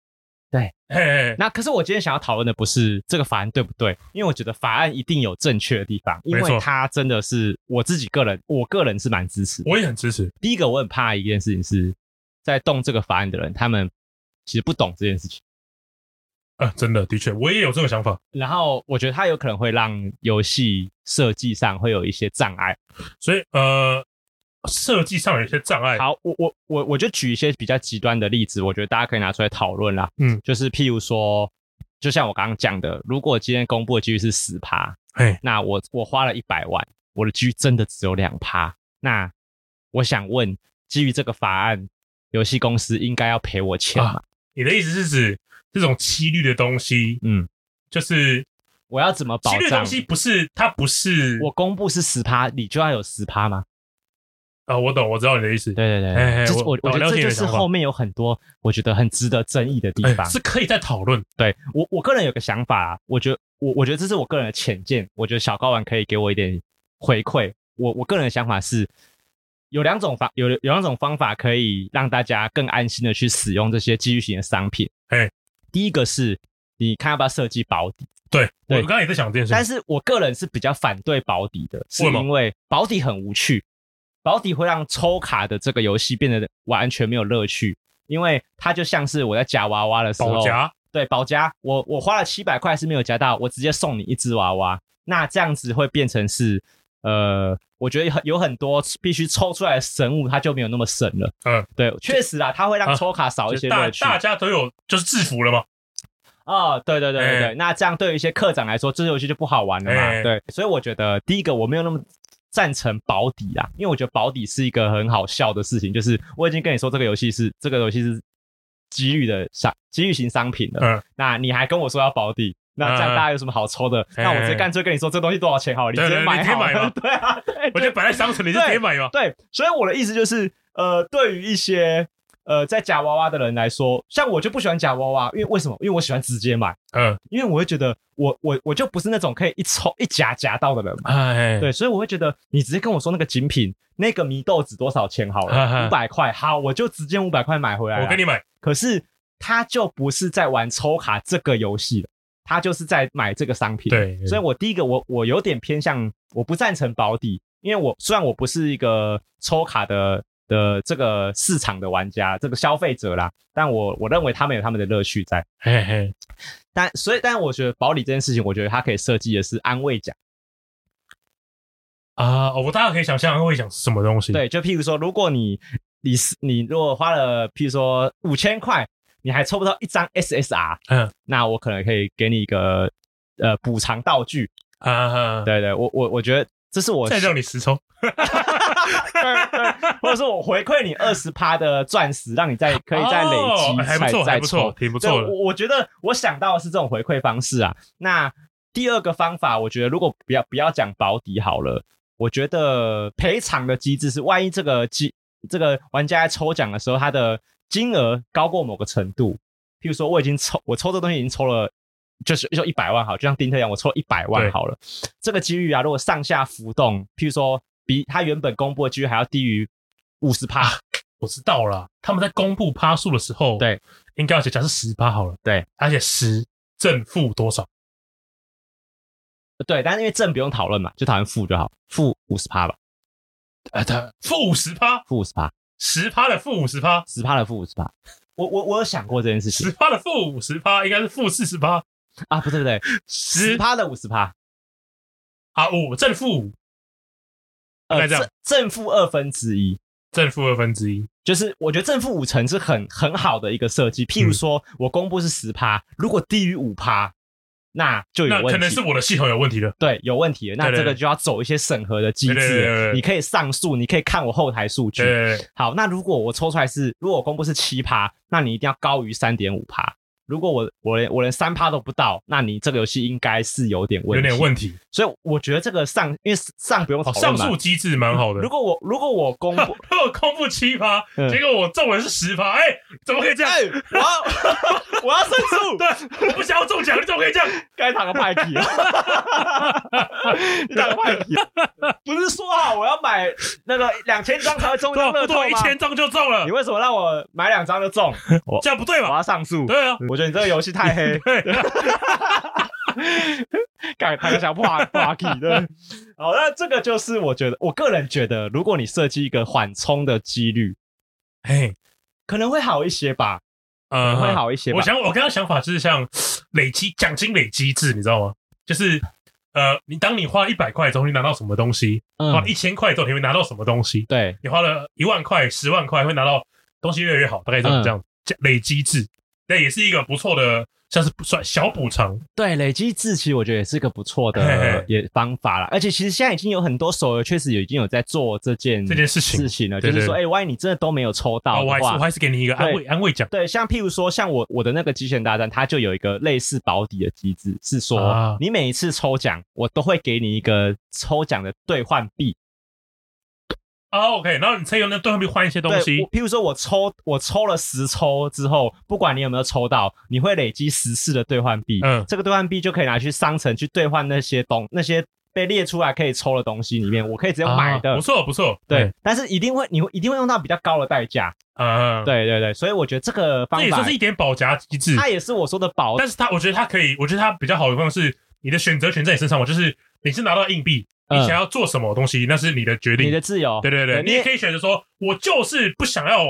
Speaker 2: 嘿嘿，
Speaker 1: 那可是我今天想要讨论的不是这个法案对不对，因为我觉得法案一定有正确的地方，因
Speaker 2: 没错
Speaker 1: 为它真的是我自己个人，我个人是蛮支持的。
Speaker 2: 我也很支持。
Speaker 1: 第一个我很怕一件事情是，在动这个法案的人，他们其实不懂这件事情。
Speaker 2: 啊，真的，的确，我也有这种想法，
Speaker 1: 然后我觉得它有可能会让游戏设计上会有一些障碍。
Speaker 2: 所以呃，设计上有一些障碍。
Speaker 1: 好，我我我我就举一些比较极端的例子，我觉得大家可以拿出来讨论啦。
Speaker 2: 嗯，
Speaker 1: 就是譬如说，就像我刚刚讲的，如果今天公布的几率是十趴，
Speaker 2: 嘿，
Speaker 1: 那我我花了一百万，我的几率真的只有两趴。那我想问，基于这个法案，游戏公司应该要赔我钱
Speaker 2: 啊
Speaker 1: 吗？
Speaker 2: 你的意思是指这种几率的东西，
Speaker 1: 嗯，
Speaker 2: 就是
Speaker 1: 我要怎么保
Speaker 2: 几率的
Speaker 1: 障
Speaker 2: 东？西不是它不是
Speaker 1: 我公布是十趴，你就要有十趴吗？
Speaker 2: 啊，我懂，我知道你的意思。
Speaker 1: 对对
Speaker 2: 哎哎
Speaker 1: 对，就是
Speaker 2: 我
Speaker 1: 我我觉
Speaker 2: 我了
Speaker 1: 得这
Speaker 2: 解你
Speaker 1: 就
Speaker 2: 的
Speaker 1: 是
Speaker 2: 想法
Speaker 1: 后面有很多我觉得很值得争议的地
Speaker 2: 哎
Speaker 1: 方。
Speaker 2: 是可以再讨论，
Speaker 1: 对我我个人有个想法、啊，我觉得我我觉得这是我个人的浅见，我觉得小睾丸可以给我一点回馈。我我个人的想法是，有两种方有有两种方法可以让大家更安心的去使用这些机遇型的商品。
Speaker 2: 哎，
Speaker 1: 第一个是你看要不要设计保底，
Speaker 2: 对我
Speaker 1: 对
Speaker 2: 刚刚也在想这件事
Speaker 1: 但
Speaker 2: 情，
Speaker 1: 是我个人是比较反对保底的，是
Speaker 2: 为什么
Speaker 1: 因为保底很无趣，保底会让抽卡的这个游戏变得完全没有乐趣，因为它就像是我在夹娃娃的时候，
Speaker 2: 保夹
Speaker 1: 对保夹，我我花了七百块是没有夹到，我直接送你一只娃娃，那这样子会变成是，呃，我觉得很有很多必须抽出来的神物，它就没有那么神了。
Speaker 2: 嗯，
Speaker 1: 对，确实啊，它会
Speaker 2: 啊
Speaker 1: 让抽卡少一
Speaker 2: 就
Speaker 1: 些
Speaker 2: 大
Speaker 1: 乐趣。哎
Speaker 2: 大家都有就是制服了嘛，
Speaker 1: 哦，对对对对对，
Speaker 2: 哎
Speaker 1: 那这样对于一些课长来说，这游戏就不好玩了嘛。
Speaker 2: 哎
Speaker 1: 对，所以我觉得第一个我没有那么赞成保底啊，因为我觉得保底是一个很好笑的事情，就是我已经跟你说这个游戏是这个游戏是机遇的商机遇型商品了，
Speaker 2: 嗯
Speaker 1: 那你还跟我说要保底。那这样大家有什么好抽的？
Speaker 2: 嗯
Speaker 1: 那我直接干脆跟你说这东西多少钱好了，你
Speaker 2: 对
Speaker 1: 直接
Speaker 2: 对
Speaker 1: 买
Speaker 2: 哎你直接
Speaker 1: 好
Speaker 2: 买吧
Speaker 1: 了。 对啊，对
Speaker 2: 我觉得摆在商城里是
Speaker 1: 对
Speaker 2: 可以买嘛，
Speaker 1: 对，所以我的意思就是，呃，对于一些呃在夹娃娃的人来说，像我就不喜欢夹娃娃，因为为什么？因为我喜欢直接买。
Speaker 2: 嗯，
Speaker 1: 因为我会觉得我我我就不是那种可以一抽一夹夹到的人嘛。
Speaker 2: 哎，
Speaker 1: 对，所以我会觉得你直接跟我说那个精品那个祢豆子多少钱好
Speaker 2: 哈
Speaker 1: 了，
Speaker 2: 哈
Speaker 1: 五百块，好，我就直接五百块买回来。
Speaker 2: 我给
Speaker 1: 你，
Speaker 2: 你买，
Speaker 1: 可是他就不是在玩抽卡这个游戏了，他就是在买这个商品。，
Speaker 2: 对，
Speaker 1: 所以我第一个我我有点偏向，我不赞成保底，因为我虽然我不是一个抽卡的的这个市场的玩家，这个消费者啦，但我我认为他们有他们的乐趣在。
Speaker 2: 嘿嘿，
Speaker 1: 但所以，但我觉得保理这件事情，我觉得它可以设计的是安慰奖。
Speaker 2: 啊，我大家可以想象会讲是什么东西，
Speaker 1: 对，就譬如说，如果你你是你如果花了譬如说五千块，你还抽不到一张 SSR，
Speaker 2: 嗯
Speaker 1: 那我可能可以给你一个呃补偿道具。
Speaker 2: 啊，
Speaker 1: 对对，我我我觉得这是我
Speaker 2: 再让你实抽，
Speaker 1: 或者是我回馈你二十趴的钻石，让你 再可以再累积
Speaker 2: 哦还不
Speaker 1: 再
Speaker 2: 错，还
Speaker 1: 再
Speaker 2: 不
Speaker 1: 抽
Speaker 2: 错，。挺不
Speaker 1: 对，
Speaker 2: 错的，
Speaker 1: 我我觉得我想到的是这种回馈方式啊。那第二个方法，我觉得如果不要不要讲保底好了，我觉得赔偿的机制是，万一这个机这个玩家在抽奖的时候，他的金额高过某个程度，譬如说我已经抽我抽这东西已经抽了。就是就一百万好，就像丁特一样，我抽一百万
Speaker 2: 对
Speaker 1: 好了。这个机遇啊，如果上下浮动，譬如说比他原本公布的机遇还要低于五十趴，
Speaker 2: 啊我知道了，他们在公布趴数的时候，
Speaker 1: 对，
Speaker 2: 应该要写假设十趴好了，
Speaker 1: 对，
Speaker 2: 而且十正负多少？
Speaker 1: 对，但是因为正不用讨论嘛，就讨论负就好，负五十趴吧，
Speaker 2: 呃，他负五十趴，
Speaker 1: 负五十趴。
Speaker 2: 十趴的负五十趴，
Speaker 1: 十趴的负五十趴。我我我有想过这件事
Speaker 2: 十
Speaker 1: 情
Speaker 2: 趴的负五十趴，应该是负四十趴，
Speaker 1: 啊，不对不对，十
Speaker 2: 十
Speaker 1: 趴的五十趴，
Speaker 2: 啊五正负五，大
Speaker 1: 呃，
Speaker 2: 概这样
Speaker 1: 正正负二分之一，
Speaker 2: 正负二分之一，
Speaker 1: 就是我觉得正负五成是很很好的一个设计。譬
Speaker 2: 嗯
Speaker 1: 如说，我公布是十趴，如果低于五趴，那就有
Speaker 2: 那
Speaker 1: 问题。
Speaker 2: 可能是我的系统有问题了。
Speaker 1: 对，有问题了。那
Speaker 2: 对对
Speaker 1: 这个
Speaker 2: 对
Speaker 1: 就要走一些审核的机制了。
Speaker 2: 对对对对对
Speaker 1: 你可以上诉，你可以看我后台数据。
Speaker 2: 对，
Speaker 1: 好，那如果我抽出来是，如果我公布是七趴，那你一定要高于三点五趴。如果我我连我连三趴都不到，那你这个游戏应该是有点问
Speaker 2: 有
Speaker 1: 题，
Speaker 2: 点问题。
Speaker 1: 所以我觉得这个上，因为上不用讨
Speaker 2: 哦，
Speaker 1: 论
Speaker 2: 上
Speaker 1: 嘛
Speaker 2: 述机制蛮好的
Speaker 1: 如。果我如果我公布，
Speaker 2: 他有公布七趴，
Speaker 1: 嗯
Speaker 2: 结果我中文是十趴，哎、怎么可以 这样？
Speaker 1: 哎，我要我要申 诉，
Speaker 2: 对，我不想要中奖，你怎么可以这样？
Speaker 1: 该打个派题了， 你打个派题， 不是说好我要买那个两千张才会中一张
Speaker 2: 不
Speaker 1: 乐透
Speaker 2: 对，一啊
Speaker 1: 吗？
Speaker 2: 千中就中了
Speaker 1: 你，为什么让我买两张就中？我
Speaker 2: 这样不对
Speaker 1: 我
Speaker 2: 吧？
Speaker 1: 要上诉。嗯
Speaker 2: 对啊，
Speaker 1: 我觉得你这个游戏太黑，
Speaker 2: 对，
Speaker 1: 改他想破破题的。好，那这个就是我觉得，我个人觉得，如果你设计一个缓冲的几率，
Speaker 2: 哎，
Speaker 1: 可能会好一些吧，可
Speaker 2: 呃
Speaker 1: 嗯能会好一些吧
Speaker 2: 我。想，我刚刚想法就是像累积奖金累积制，你知道吗？就是呃，你当你花一百块之后，你拿到什么东西？花
Speaker 1: 嗯，
Speaker 2: 哦一千块之后，你会拿到什么东西？
Speaker 1: 对，
Speaker 2: 你花了一万块、十万块，会拿到东西越来越好，大概
Speaker 1: 嗯
Speaker 2: 就是这样这样累积制。那也是一个不错的，像是不算小补偿。
Speaker 1: 对，累积志气，我觉得也是个不错
Speaker 2: 嘿嘿
Speaker 1: 的也方法啦。而且其实现在已经有很多手游确实也已经有在做这件
Speaker 2: 这件事情
Speaker 1: 事情了，
Speaker 2: 对
Speaker 1: 就
Speaker 2: 对
Speaker 1: 是说，哎、万一你真的都没有抽
Speaker 2: 啊，
Speaker 1: 到
Speaker 2: 我还
Speaker 1: 的
Speaker 2: 是我
Speaker 1: 话，
Speaker 2: 还是给你一个安慰安慰奖。
Speaker 1: 对，像譬如说，像我我的那个极限大战，它就有一个类似保底的机制，是说、
Speaker 2: 啊
Speaker 1: 你每一次抽奖，我都会给你一个抽奖的兑换币
Speaker 2: 啊，OK，然后你才有那对方币换一些东
Speaker 1: 对
Speaker 2: 西
Speaker 1: 我譬如说我抽我抽了十抽之后，不管你有没有抽到，你会累积十次的兑换币，
Speaker 2: 嗯
Speaker 1: 这个兑换币就可以拿去商城去兑换那些东那些被列出来可以抽的东西里面，我可以直接
Speaker 2: 啊
Speaker 1: 买的。
Speaker 2: 不错不错，
Speaker 1: 对，，但是一定会，你会一定会用到比较高的代价。
Speaker 2: 啊，，
Speaker 1: 对对对，所以我觉得这个方
Speaker 2: 这也算
Speaker 1: 法
Speaker 2: 是，一点保夹机制，
Speaker 1: 它也是我说的保
Speaker 2: 但是它我觉得它可以，我觉得它比较好的方式，你的选择权在你身上嘛，就是你是拿到硬币，你
Speaker 1: 嗯
Speaker 2: 想要做什么东西，那是你的决
Speaker 1: 你
Speaker 2: 定
Speaker 1: 的，自由。
Speaker 2: 对对对，你
Speaker 1: 你
Speaker 2: 也
Speaker 1: 也
Speaker 2: 可以选择说，我就是不想要，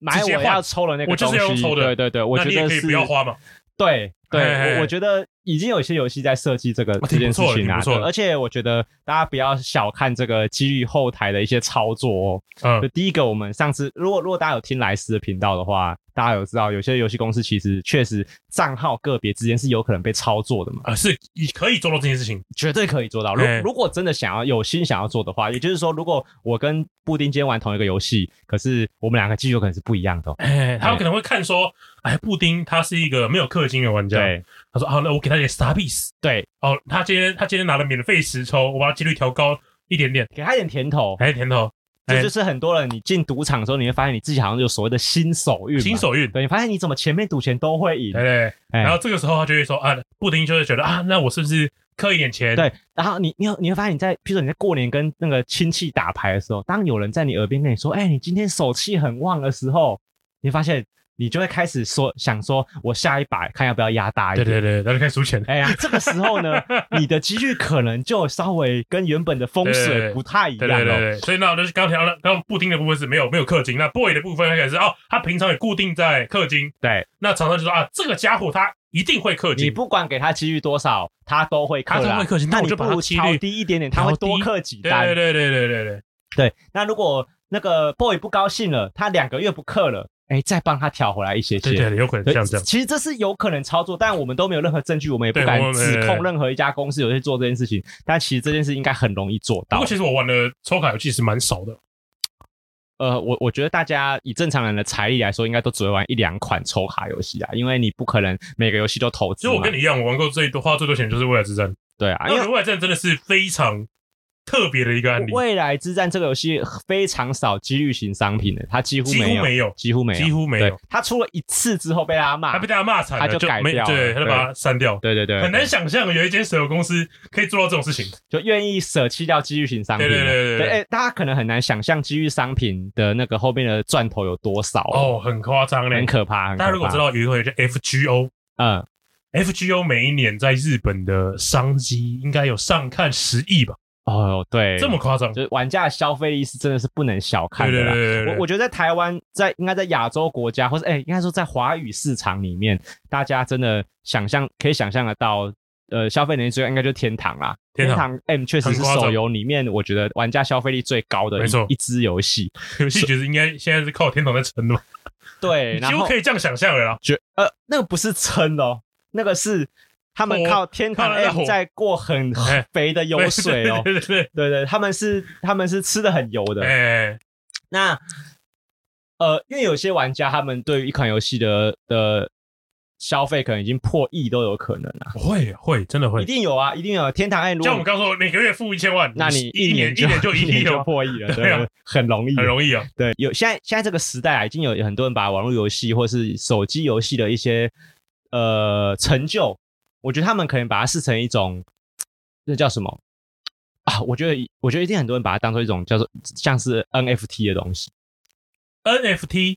Speaker 1: 买
Speaker 2: 直
Speaker 1: 我
Speaker 2: 接
Speaker 1: 要
Speaker 2: 换
Speaker 1: 抽的那个
Speaker 2: 我就是要
Speaker 1: 东西
Speaker 2: 用抽的
Speaker 1: 对对对，我
Speaker 2: 那
Speaker 1: 觉
Speaker 2: 你也
Speaker 1: 得
Speaker 2: 可以
Speaker 1: 是
Speaker 2: 不要花嘛，
Speaker 1: 对对，
Speaker 2: 嘿嘿嘿
Speaker 1: 我我觉得已经有一些游戏在设计这个
Speaker 2: 啊
Speaker 1: 这
Speaker 2: 挺
Speaker 1: 件事
Speaker 2: 不错的
Speaker 1: 情
Speaker 2: 挺
Speaker 1: 啊
Speaker 2: 不错，的
Speaker 1: 而且我觉得大家不要小看这个机遇后台的一些操作哦。
Speaker 2: 嗯
Speaker 1: 就，第一个，我们上次如果如果大家有听莱斯的频道的话，大家有知道有些游戏公司其实确实账号个别之间是有可能被操作的嘛，
Speaker 2: 啊，是你可以做到这件事情，
Speaker 1: 绝对可以做到。如
Speaker 2: 嘿
Speaker 1: 如果真的想要有心想要做的话，也就是说，如果我跟布丁今天玩同一个游戏，可是我们两个机遇有可能是不一样的哦、
Speaker 2: 哎，他有可能会看说，哎，布丁他是一个没有氪金的玩家，
Speaker 1: 对
Speaker 2: 他说，哦好，那我给他一个 star piece，
Speaker 1: 对，
Speaker 2: 哦，他今天他今天拿了免费十抽，我把他几率调高一点点，
Speaker 1: 给他一点甜头。
Speaker 2: 还是甜头，
Speaker 1: 这
Speaker 2: 哎
Speaker 1: 就是很多人你进赌场的时候，你会发现你自己好像有所谓的新手运嘛，
Speaker 2: 新手运，
Speaker 1: 对，你发现你怎么前面赌钱都会赢
Speaker 2: 对，对，
Speaker 1: 哎
Speaker 2: 然后这个时候他就会说啊，布丁就会觉得啊，那我是不是氪一点钱？
Speaker 1: 对，然后你你有你会发现你在，譬如说你在过年跟那个亲戚打牌的时候，当有人在你耳边跟你说，哎、你今天手气很旺的时候，你发现你就会开始说想说，我下一把看要不要压大一
Speaker 2: 对
Speaker 1: 点，
Speaker 2: 对对，他就开始输钱。
Speaker 1: 哎呀，这个时候呢，你的机遇可能就稍微跟原本的风
Speaker 2: 对对
Speaker 1: 水
Speaker 2: 对
Speaker 1: 不太一
Speaker 2: 对
Speaker 1: 样哦
Speaker 2: 对对
Speaker 1: 了。
Speaker 2: 对，所以那我就是刚调了，刚刚布丁的部分是没有没有氪金，那 boy 的部分开始是哦，他平常也固定在氪金，
Speaker 1: 对，
Speaker 2: 那常常就说啊，这个家伙他一定会氪
Speaker 1: 你
Speaker 2: 金，
Speaker 1: 不管给他机遇多少，他都会
Speaker 2: 他
Speaker 1: 克
Speaker 2: 都
Speaker 1: 啦
Speaker 2: 会氪金那
Speaker 1: 那
Speaker 2: 我
Speaker 1: 你
Speaker 2: 就
Speaker 1: 不
Speaker 2: 把他
Speaker 1: 如
Speaker 2: 几
Speaker 1: 调
Speaker 2: 率
Speaker 1: 低一点点，他会
Speaker 2: 调
Speaker 1: 多
Speaker 2: 低
Speaker 1: 克几
Speaker 2: 对
Speaker 1: 单。
Speaker 2: 对对对对对对，
Speaker 1: 对，那如果那个 boy 不高兴了，他两个月不氪了，哎，再帮他调回来一些些。
Speaker 2: 对对对，有可能
Speaker 1: 对
Speaker 2: 像这样，
Speaker 1: 其实这是有可能操作，但我们都没有任何证据，我们也不
Speaker 2: 对我
Speaker 1: 敢
Speaker 2: 们呃
Speaker 1: 指
Speaker 2: 对对
Speaker 1: 控任何一家公司有去做这件事情。但其实这件事应该很容易做
Speaker 2: 不
Speaker 1: 到
Speaker 2: 过。其实我玩的抽卡游戏是蛮少的，
Speaker 1: 呃，我我觉得大家以正常人的财力来说，应该都只会玩一两款抽卡游戏啊，因为你不可能每个游戏都投
Speaker 2: 其
Speaker 1: 资
Speaker 2: 实
Speaker 1: 嘛。
Speaker 2: 我跟你一样，我玩过最多花最多钱就是未来之战，
Speaker 1: 对啊，
Speaker 2: 那
Speaker 1: 因
Speaker 2: 我觉
Speaker 1: 为
Speaker 2: 得未来之战真的是非常特别的一个案例，
Speaker 1: 未来之战这个游戏非常少几率型商品的，它几乎
Speaker 2: 几
Speaker 1: 没
Speaker 2: 乎
Speaker 1: 有，
Speaker 2: 没有，
Speaker 1: 几乎没有，
Speaker 2: 几乎没
Speaker 1: 对
Speaker 2: 有，，
Speaker 1: 它出了一次之后被大家
Speaker 2: 他
Speaker 1: 骂
Speaker 2: 被。大家骂惨了，
Speaker 1: 他就改
Speaker 2: 没
Speaker 1: 掉了
Speaker 2: 对，他就
Speaker 1: 对
Speaker 2: 把它删掉，
Speaker 1: 对对对，
Speaker 2: 很难想象有一间手游公司可以做到这种事情。
Speaker 1: 就愿意舍弃掉机遇型商品了。
Speaker 2: 对对对对对
Speaker 1: 哎、大家可能很难想象机遇商品的那个后面的赚头有多少，
Speaker 2: 哦，很夸张嘞
Speaker 1: 很！可怕。很可怕
Speaker 2: 大家如果知，道有一个叫 FGO，FGO
Speaker 1: 嗯，
Speaker 2: 每一年在日本的商机应该有上看十亿吧，
Speaker 1: 哦，对，
Speaker 2: 这么夸张？
Speaker 1: 就
Speaker 2: 对
Speaker 1: 是玩家的消费力是真的是不能小看
Speaker 2: 对
Speaker 1: 的啦。
Speaker 2: 对对对，
Speaker 1: 我我觉得在台湾，在应该在亚洲国家，或是哎、应该说在华语市场里面，大家真的想象可以想象得到，呃，消费能力最高应该就是天堂啦。
Speaker 2: 天堂
Speaker 1: M 确实是
Speaker 2: 很夸张
Speaker 1: 手游里面我觉得玩家消费力最高的
Speaker 2: 没错
Speaker 1: 一一支游 戏。
Speaker 2: 游戏觉得应该现在是靠天堂在撑的嘛，
Speaker 1: 对，
Speaker 2: 你
Speaker 1: 然
Speaker 2: 几乎
Speaker 1: 后
Speaker 2: 可以这样想象了啦。
Speaker 1: 觉呃，那个不是撑的哦，那个是他们
Speaker 2: 火
Speaker 1: 靠天堂
Speaker 2: 哦靠那个
Speaker 1: M
Speaker 2: 火
Speaker 1: 在过很
Speaker 2: 哎
Speaker 1: 肥的油水哦。
Speaker 2: 对对对
Speaker 1: 对对，他们是他们是吃的很油的
Speaker 2: 对，。哎，
Speaker 1: 那呃，因为有些玩家他们对于一款游戏的的消费可能已经破亿都有可能啊，
Speaker 2: 会会真的
Speaker 1: 一
Speaker 2: 会。
Speaker 1: 定有啊，一定有。天堂爱如
Speaker 2: 像我们
Speaker 1: 果
Speaker 2: 刚说，每个月付一千万，
Speaker 1: 那你
Speaker 2: 一
Speaker 1: 年
Speaker 2: 一年就
Speaker 1: 一
Speaker 2: 一亿
Speaker 1: 年就
Speaker 2: 哦，
Speaker 1: 破亿 了，
Speaker 2: 对
Speaker 1: 对
Speaker 2: 啊，
Speaker 1: 很容易，
Speaker 2: 很容易啊。
Speaker 1: 对，有现在现在这个时代啊，已经有很多人把网络游戏或是手机游戏的一些呃成就，我觉得他们可能把它视成一种，那叫什么啊？我觉得我觉得一定很多人把它当做一种叫做像是 NFT 的东西。
Speaker 2: NFT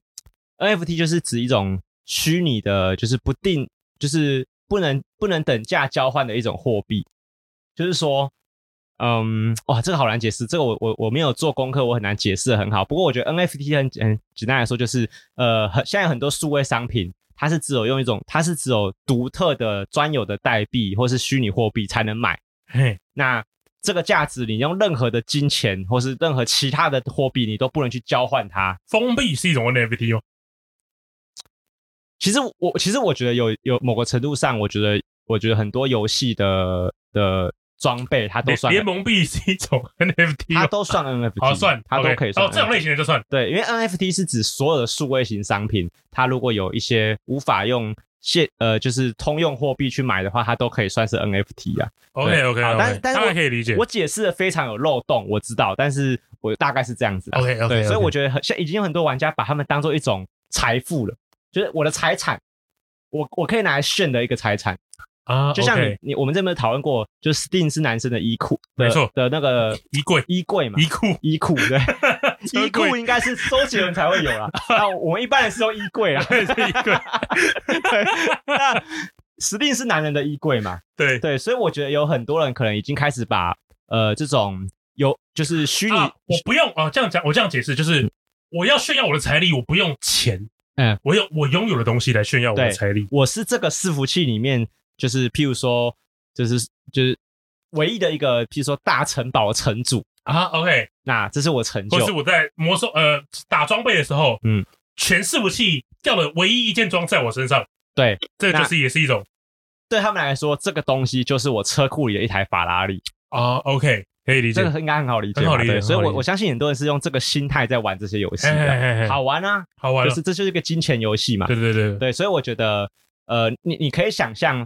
Speaker 1: NFT 就是指一种虚拟的，就是不定，就是不能不能等价交换的一种货币。就是说，嗯，哇，这个好难解释，这个我我我没有做功课，我很难解释的很好。不过我觉得 NFT 很很简单来说，就是呃，很现在有很多数位商品，它是只有用一种，它是只有独特的专有的代币或是虚拟货币才能买。
Speaker 2: 嘿，
Speaker 1: 那这个价值，你用任何的金钱或是任何其他的货币，你都不能去交换它。
Speaker 2: 封闭是一种 NFT 哦。
Speaker 1: 其实我其实我觉得有有某个程度上，我觉得我觉得很多游戏的的装备它都
Speaker 2: 联
Speaker 1: 算
Speaker 2: 联盟币是一 种 NFT，
Speaker 1: 它
Speaker 2: 哦
Speaker 1: 都算 NFT，
Speaker 2: 好算，
Speaker 1: 它都
Speaker 2: OK
Speaker 1: 可以算
Speaker 2: 哦，这种
Speaker 1: NFT
Speaker 2: 类型的就算。
Speaker 1: 对，因为 NFT 是指所有的数位型商品，它如果有一些无法用现呃就是通用货币去买的话，它都可以算是 NFT 啊。
Speaker 2: OK OK
Speaker 1: 好
Speaker 2: OK，
Speaker 1: 但但是
Speaker 2: 大
Speaker 1: 我
Speaker 2: 概可以理解。
Speaker 1: 我解释的非常有漏洞，我知道，但是我大概是这样子啊。
Speaker 2: OK OK，
Speaker 1: 对，所以我觉得很现在已经有很多玩家把他们当做一种财富了，就是我的财产，我我可以拿来炫的一个财产。
Speaker 2: 啊，
Speaker 1: 就像你
Speaker 2: OK，
Speaker 1: 你我们这边讨论过，就是 Steam 是男生的衣裤，的
Speaker 2: 没错
Speaker 1: 的那个
Speaker 2: 衣柜
Speaker 1: 衣柜嘛，
Speaker 2: 衣裤
Speaker 1: 衣裤 对，
Speaker 2: 柜
Speaker 1: 衣裤应该是收集人才会有 啦，那我们一般人是用衣柜啦，
Speaker 2: 对是衣柜，
Speaker 1: 对，那 Steam 是男人的衣柜嘛，
Speaker 2: 对
Speaker 1: 对，所以我觉得有很多人可能已经开始把呃这种有就是虚拟，
Speaker 2: 啊，我不用啊，这样讲，我这样解释就是，我要炫耀我的财力，我不用钱，
Speaker 1: 嗯，
Speaker 2: 我用我拥有的东西来炫耀我的
Speaker 1: 对
Speaker 2: 财力。
Speaker 1: 我是这个伺服器里面就是譬如说就是就是唯一的一个，譬如说大城堡的城主，
Speaker 2: 啊，OK，
Speaker 1: 那这是我成
Speaker 2: 或。
Speaker 1: 就是
Speaker 2: 我在魔兽呃打装备的时候，
Speaker 1: 嗯，
Speaker 2: 全伺服器掉了唯一一件装在我身上，
Speaker 1: 对，
Speaker 2: 这
Speaker 1: 那
Speaker 2: 就是也是一种
Speaker 1: 对他们来说，这个东西就是我车库里的一台法拉利，
Speaker 2: 啊，OK，可以理解
Speaker 1: 这。个应该很好理解
Speaker 2: 很
Speaker 1: 吧，
Speaker 2: 好理解
Speaker 1: 对，所以
Speaker 2: 很好
Speaker 1: 我
Speaker 2: 理解
Speaker 1: 我相信很多人是用这个心态在玩这些游戏
Speaker 2: 嘿嘿
Speaker 1: 的，
Speaker 2: 嘿嘿
Speaker 1: 啊好玩啊，
Speaker 2: 好玩
Speaker 1: 就
Speaker 2: 了
Speaker 1: 是，这就是一个金钱游戏嘛，
Speaker 2: 对对对对，
Speaker 1: 对，所以我觉得，呃，你你可以想象，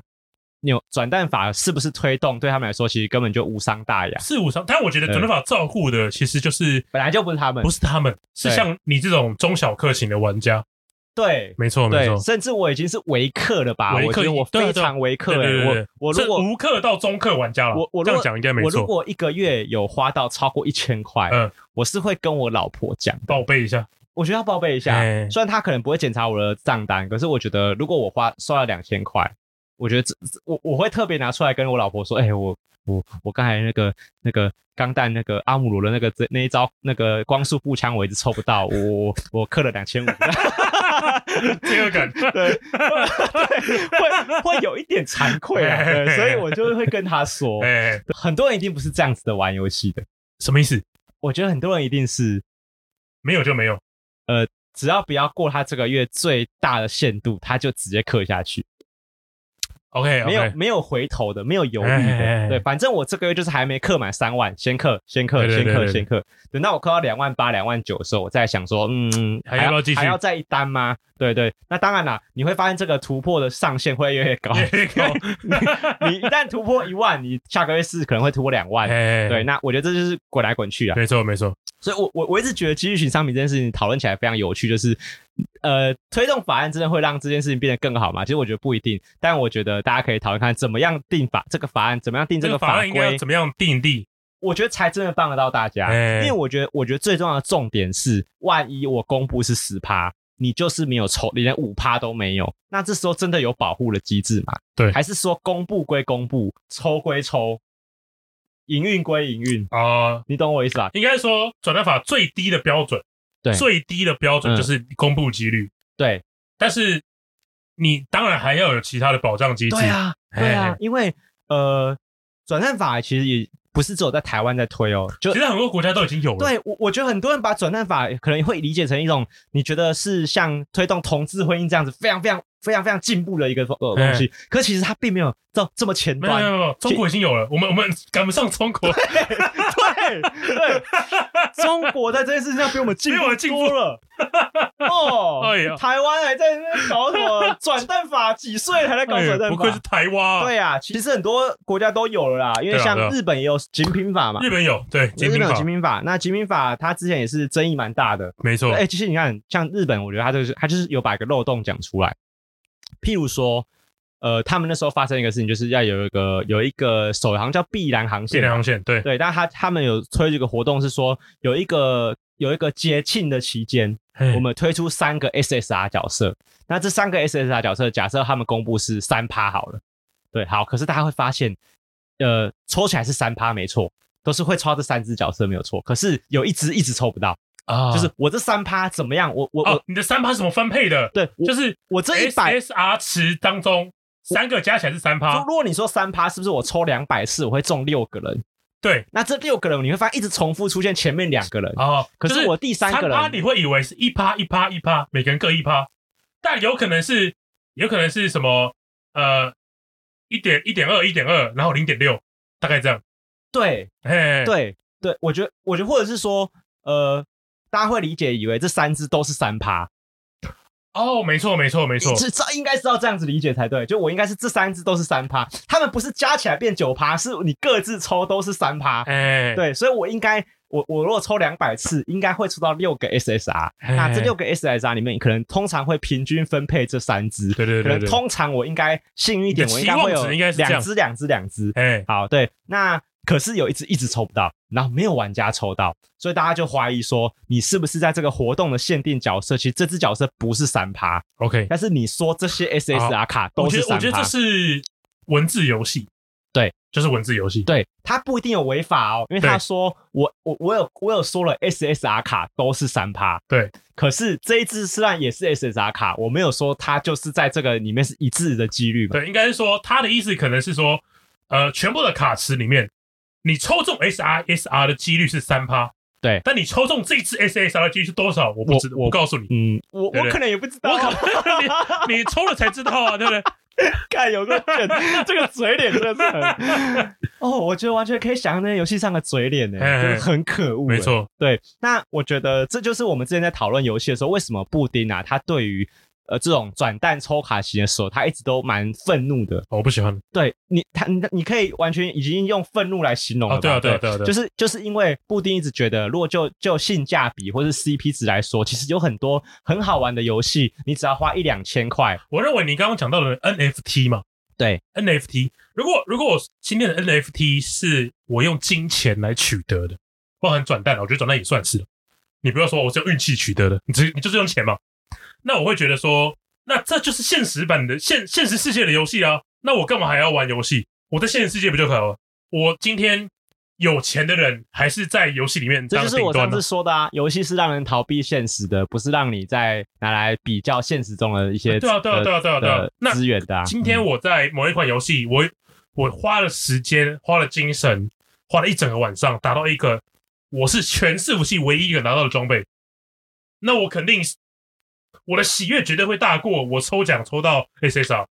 Speaker 1: 扭转蛋法是不是推动对他们来说，其实根本就无伤大雅，
Speaker 2: 四五伤，但我觉得
Speaker 1: 啊对
Speaker 2: 转轮法照顾的其实就是
Speaker 1: 本来就不是他们
Speaker 2: 不，是他们，是
Speaker 1: 对
Speaker 2: 像你这种中小客型的玩家，
Speaker 1: 对。
Speaker 2: 没错没
Speaker 1: 对，
Speaker 2: 错，
Speaker 1: 甚至我已经是维克了吧？
Speaker 2: 维
Speaker 1: 我
Speaker 2: 克
Speaker 1: 觉得我
Speaker 2: 对啊对啊
Speaker 1: 非常维克
Speaker 2: 对对
Speaker 1: 了。
Speaker 2: 对对
Speaker 1: 我我如
Speaker 2: 是
Speaker 1: 果
Speaker 2: 无氪到中氪玩家了，
Speaker 1: 我我
Speaker 2: 这
Speaker 1: 如果
Speaker 2: 样讲应该没
Speaker 1: 我如
Speaker 2: 错，
Speaker 1: 果一个月有花到超过一千块，
Speaker 2: 嗯
Speaker 1: 我是会跟我老婆讲的。
Speaker 2: 报备一 下，
Speaker 1: 我觉得要报备一下
Speaker 2: 哎，
Speaker 1: 虽然他可能不会检查我的账单，可是我觉得如果我花刷了两千块，我觉得这这我我会特别拿出来跟我老婆说，哎、我我我刚才那个那个钢弹那个阿姆罗的那个这那一招那个光束步枪我一直抽不到，我我我我氪了两千五，
Speaker 2: 罪恶感，
Speaker 1: 对，会会有一点惭愧啊，对所以我就会跟他说，
Speaker 2: 哎，
Speaker 1: 很多人一定不是这样子的玩游戏的，
Speaker 2: 什么意思？
Speaker 1: 我觉得很多人一定是
Speaker 2: 没有就没有，
Speaker 1: 只要不要过他这个月最大的限度，他就直接氪下去，
Speaker 2: ，OK
Speaker 1: 没有
Speaker 2: OK，
Speaker 1: 没有回头的，没有犹豫
Speaker 2: 哎哎哎
Speaker 1: 的。对，反正我这个月就是还没氪满三万，先氪，先氪，
Speaker 2: 对对
Speaker 1: 先
Speaker 2: 对
Speaker 1: 氪，
Speaker 2: 对
Speaker 1: 先氪。等到我氪到两万八、两万九的时候，我再想说，嗯，
Speaker 2: 还要不要继续
Speaker 1: 还要再一单吗？对对，那当然啦，你会发现这个突破的上限会越来越高。
Speaker 2: 哎
Speaker 1: 你一旦突破一万，你下个月是可能会突破两万。
Speaker 2: 哎，
Speaker 1: 对，，那我觉得这就是滚来滚去啊。
Speaker 2: 没错没错，
Speaker 1: 所以我我我一直觉得机遇型商品这件事情讨论起来非常有趣，就是呃，推动法案真的会让这件事情变得更好吗？其实我觉得不一定，但我觉得大家可以讨论看怎么样定法，这个法案怎么样定
Speaker 2: 这
Speaker 1: 这个
Speaker 2: 个法
Speaker 1: 法
Speaker 2: 案应该要
Speaker 1: 规，
Speaker 2: 怎么样定立？
Speaker 1: 我觉得才真的帮得到大家。
Speaker 2: 哎
Speaker 1: 因为我觉得，我觉得最重要的重点是，万一我公布是十趴，你就是没有抽，你连五趴都没有，那这时候真的有保护的机制吗？
Speaker 2: 对
Speaker 1: 还是说公布归公布，抽归抽，营运归营运，
Speaker 2: 啊，
Speaker 1: 你懂我意思吧？
Speaker 2: 应该说转单法最低的标准，
Speaker 1: 对
Speaker 2: 最低的标
Speaker 1: 嗯
Speaker 2: 准就是公布几率，
Speaker 1: 对，
Speaker 2: 但是你当然还要有其他的保障机制，
Speaker 1: 对啊，对
Speaker 2: 嘿
Speaker 1: 啊
Speaker 2: 嘿，
Speaker 1: 因为呃，转蛋法其实也不是只有在台湾在推哦，就
Speaker 2: 其实很多国家都已经有了，
Speaker 1: 对我我觉得很多人把转蛋法可能会理解成一种你觉得是像推动同志婚姻这样子非常非常非常非常进步的一个呃
Speaker 2: 哎
Speaker 1: 东西，可其实它并没有到这么前
Speaker 2: 没有没有
Speaker 1: 端。
Speaker 2: 没有，中国已经有了，我们我们赶不上中国，
Speaker 1: 对对，中国在这件事情上比我们进
Speaker 2: 比我
Speaker 1: 步
Speaker 2: 们进步
Speaker 1: 多 了。哦，
Speaker 2: 哎呀
Speaker 1: 台湾还在那边搞什么转蛋法，几岁还在搞
Speaker 2: 哎
Speaker 1: 转
Speaker 2: 呦
Speaker 1: 蛋
Speaker 2: 不
Speaker 1: 法？
Speaker 2: 愧是台湾啊，
Speaker 1: 对啊，其实很多国家都有了啦，因为
Speaker 2: 对啊
Speaker 1: 像
Speaker 2: 对啊
Speaker 1: 日本也有精品法嘛。
Speaker 2: 日本有对
Speaker 1: 日
Speaker 2: 精
Speaker 1: 本
Speaker 2: 品
Speaker 1: 有
Speaker 2: 法
Speaker 1: 精，品法，那精品法它之前也是争议蛮大的。
Speaker 2: 没错，
Speaker 1: 哎、其实你看，像日本，我觉得它就是它就是有把一个漏洞讲出来。譬如说，呃，他们那时候发生一个事情，就是要有一个有一个首航叫碧蓝航
Speaker 2: 碧
Speaker 1: 线
Speaker 2: 蓝
Speaker 1: 嘛，
Speaker 2: 航线对，
Speaker 1: 对，但他他们有推这个活动是说有一个有一个节庆的期间，
Speaker 2: 嘿
Speaker 1: 我们推出三个 SSR 角色。那这三个 SSR 角色，假设他们公布是三趴好了，对，好，可是大家会发现，呃，抽起来是三趴没错，都是会抽到这三只角色没有错，可是有一只一直抽不到，
Speaker 2: 啊
Speaker 1: 就是我这三趴怎么样，我我我、
Speaker 2: 哦，你的三趴是怎么分配的？
Speaker 1: 对我
Speaker 2: 就是
Speaker 1: 我这一百。
Speaker 2: SSR 池当中三个加起来是三
Speaker 1: 如
Speaker 2: 趴，
Speaker 1: 如果你说三趴，是不是我抽两百次我会中六个人？
Speaker 2: 对
Speaker 1: 那这六个人你会发现一直重复出现前面两个人，
Speaker 2: 哦，
Speaker 1: 可是
Speaker 2: 就
Speaker 1: 我第三个人
Speaker 2: 趴你会以为是一趴一趴一趴，每个人各一趴，但有可能是有可能是什么呃一点一点二一点二，然后零点六，大概这样。
Speaker 1: 对，
Speaker 2: 嘿，
Speaker 1: 对对，我觉得，我觉得，或者是说，呃，大家会理解以为这三只都是三趴，
Speaker 2: 哦，没错没错没错，
Speaker 1: 这这应该是要这样子理解才对。就我应该是这三只都是三趴，他们不是加起来变九趴，是你各自抽都是三趴。
Speaker 2: 哎，
Speaker 1: 对，所以我应该，我我如果抽两百次，应该会抽到六个 SSR。那这
Speaker 2: 嘿
Speaker 1: 六个 SSR 里面，可能通常会平均分配这三只。
Speaker 2: 对
Speaker 1: 可
Speaker 2: 对对
Speaker 1: 能
Speaker 2: 对，
Speaker 1: 通常我应该幸运一点，
Speaker 2: 你的
Speaker 1: 我
Speaker 2: 期
Speaker 1: 应该会
Speaker 2: 望值
Speaker 1: 有
Speaker 2: 应该是这样
Speaker 1: 两只、两只、两只。
Speaker 2: 哎
Speaker 1: 好，对，那可是有一只一直抽不到，然后没有玩家抽到，所以大家就怀疑说，你是不是在这个活动的限定角色？其实这只角色不是三趴，
Speaker 2: ，OK，
Speaker 1: 但是你说这些 SSR 卡
Speaker 2: 我
Speaker 1: 都
Speaker 2: 觉
Speaker 1: 是
Speaker 2: 得我
Speaker 1: 三
Speaker 2: 觉得
Speaker 1: 趴
Speaker 2: 这，是文字游戏，
Speaker 1: 对，
Speaker 2: 就是文字游戏，
Speaker 1: 对，他不一定有违法哦，因为他
Speaker 2: 对
Speaker 1: 说我我我有我有说了 SSR 卡都是三趴，
Speaker 2: 对，
Speaker 1: 可是这一只虽然也是 SSR 卡，我没有说它就是在这个里面是一致的几率嘛，
Speaker 2: 对，应该是说他的意思可能是说，呃，全部的卡池里面，你抽中 SR SR 的几率是三趴，
Speaker 1: 对
Speaker 2: 但你抽中这只 SSR 的几率是多少？我不
Speaker 1: 我
Speaker 2: 知道，
Speaker 1: 我
Speaker 2: 我不告诉你，
Speaker 1: 嗯，我
Speaker 2: 对
Speaker 1: 我
Speaker 2: 对
Speaker 1: 可能也不知道，哦
Speaker 2: 我靠，你你抽了才知道啊，对不对？
Speaker 1: 看有个卷，这个嘴脸真的是很…… 哦，我觉得完全可以想象那些游戏上的嘴脸呢、
Speaker 2: 嘿嘿
Speaker 1: 就是很可恶、欸
Speaker 2: 没，错，
Speaker 1: 对。那我觉得这就是我们之前在讨论游戏的时候，为什么布丁啊，他对于呃这种转蛋抽卡型的时候，他一直都蛮愤怒的。
Speaker 2: 我不喜欢。
Speaker 1: 对你，他你你可以完全已经用愤怒来形容了吧、
Speaker 2: 哦，对啊，对啊，对啊，
Speaker 1: 就是是就是因为布丁一直觉得，如果就就性价比或是 CP 值来说，其实有很多很好玩的游戏，你只要花一两千块，
Speaker 2: 我认为你刚刚讲到的 NFT 嘛，
Speaker 1: 对
Speaker 2: NFT，如果如果我今天的 NFT 是我用金钱来取得的，包含转蛋，我觉得转蛋也算是。你不要说我是用运气取得的，你只你就是用钱嘛。那我会觉得说，那这就是现实版的现现实世界的游戏啊。那我干嘛还要玩游戏？我在现实世界不就好了？啊我今天有钱的人还是在游戏里面
Speaker 1: 这
Speaker 2: 当
Speaker 1: 就是
Speaker 2: 顶
Speaker 1: 我
Speaker 2: 端
Speaker 1: 上
Speaker 2: 的
Speaker 1: 次。说的啊，游戏是让人逃避现实的，不是让你在拿来比较现实中的一些
Speaker 2: 对啊对啊
Speaker 1: 呃
Speaker 2: 对啊对啊对啊
Speaker 1: 的
Speaker 2: 那
Speaker 1: 资源的啊。
Speaker 2: 今天
Speaker 1: 嗯
Speaker 2: 我在某一款游戏，我我花了时间，花了精神，花了一整个晚上，达到一个我是全伺服器唯一一个拿到的装备，那我肯定是我的喜悦绝对会大过我抽奖抽到 SSR。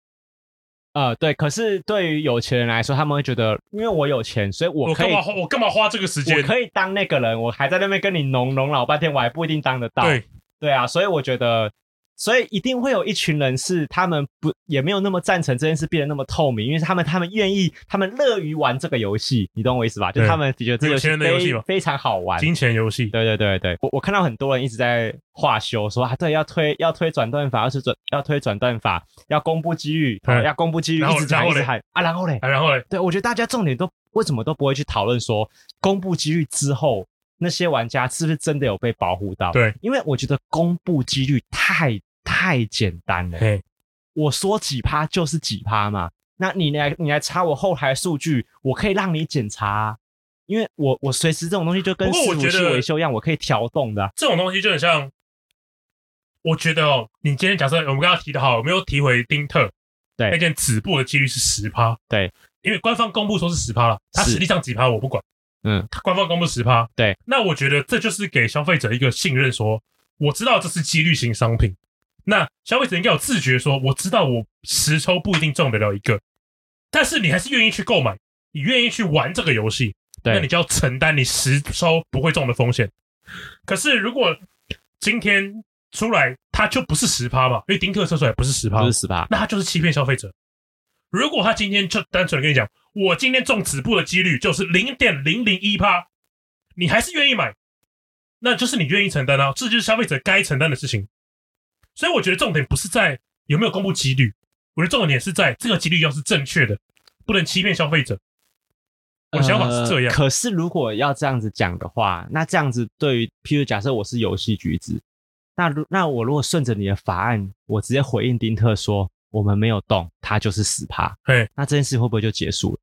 Speaker 1: 呃对，可是对于有钱人来说，他们会觉得，因为我有钱，所以我
Speaker 2: 我
Speaker 1: 可
Speaker 2: 干
Speaker 1: 以
Speaker 2: 嘛花我干嘛花这个时
Speaker 1: 我
Speaker 2: 间？
Speaker 1: 可以当那个人，我还在那边跟你弄弄老半天，我还不一定当得到。
Speaker 2: 对，
Speaker 1: 对啊，所以我觉得，所以一定会有一群人是他们不也没有那么赞成这件事变得那么透明，因为他们他们愿意，他们乐于玩这个游戏，你懂我意思吧？就
Speaker 2: 对
Speaker 1: 他们觉得这个
Speaker 2: 有钱人的游戏
Speaker 1: 非
Speaker 2: 嘛
Speaker 1: 非常好玩。
Speaker 2: 金钱游戏。
Speaker 1: 对对对对，我我看到很多人一直在话修说啊，对，要推要推转段法，要推转要推转段法，要公布机遇，
Speaker 2: 嗯
Speaker 1: 要公布机遇，
Speaker 2: 然
Speaker 1: 一
Speaker 2: 后
Speaker 1: 直喊
Speaker 2: 然
Speaker 1: 一
Speaker 2: 后嘞
Speaker 1: 直喊啊，然后嘞，
Speaker 2: 啊然后嘞，
Speaker 1: 对我觉得大家重点都为什么都不会去讨论说公布机遇之后那些玩家是不是真的有被保护到？
Speaker 2: 对，
Speaker 1: 因为我觉得公布几率太太简单了，
Speaker 2: 嘿，
Speaker 1: 我说几趴就是几趴嘛。那你来你来查我后台数据，我可以让你检查啊、因为我我随时这种东西就跟
Speaker 2: 不过我
Speaker 1: 伺服
Speaker 2: 觉
Speaker 1: 器
Speaker 2: 得
Speaker 1: 维修一样，我可以调动的啊、
Speaker 2: 这种东西就很像，我觉得哦，你今天假设我们刚刚提的好，我们又提回丁特，
Speaker 1: 对
Speaker 2: 那件紫布的几率是十趴，
Speaker 1: 对，
Speaker 2: 因为官方公布说是十趴了，它
Speaker 1: 是
Speaker 2: 实际上几趴我不管，
Speaker 1: 嗯，
Speaker 2: 官方公布十趴，
Speaker 1: 对，
Speaker 2: 那我觉得这就是给消费者一个信任说，我知道这是几率型商品，那消费者应该有自觉说，我知道我十抽不一定中得了一个，但是你还是愿意去购买，你愿意去玩这个游戏，
Speaker 1: 对
Speaker 2: 那你就要承担你十抽不会中的风险。可是如果今天出来，它就不是十趴嘛，因为丁克测出来不是十趴
Speaker 1: 就，是十趴，
Speaker 2: 那他就是欺骗消费者。如果他今天就单纯地跟你讲，我今天中止步的几率就是零点零零一趴，你还是愿意买，那就是你愿意承担啊，这就是消费者该承担的事情。所以我觉得重点不是在有没有公布几率，我觉得重点是在这个几率要是正确的，不能欺骗消费者。我的想法是这样
Speaker 1: 呃可是如果要这样子讲的话，那这样子对于，譬如假设我是游戏橘子，那如那我如果顺着你的法案，我直接回应丁特说我们没有动，他就是死趴，
Speaker 2: 嘿，
Speaker 1: 那这件事会不会就结束了？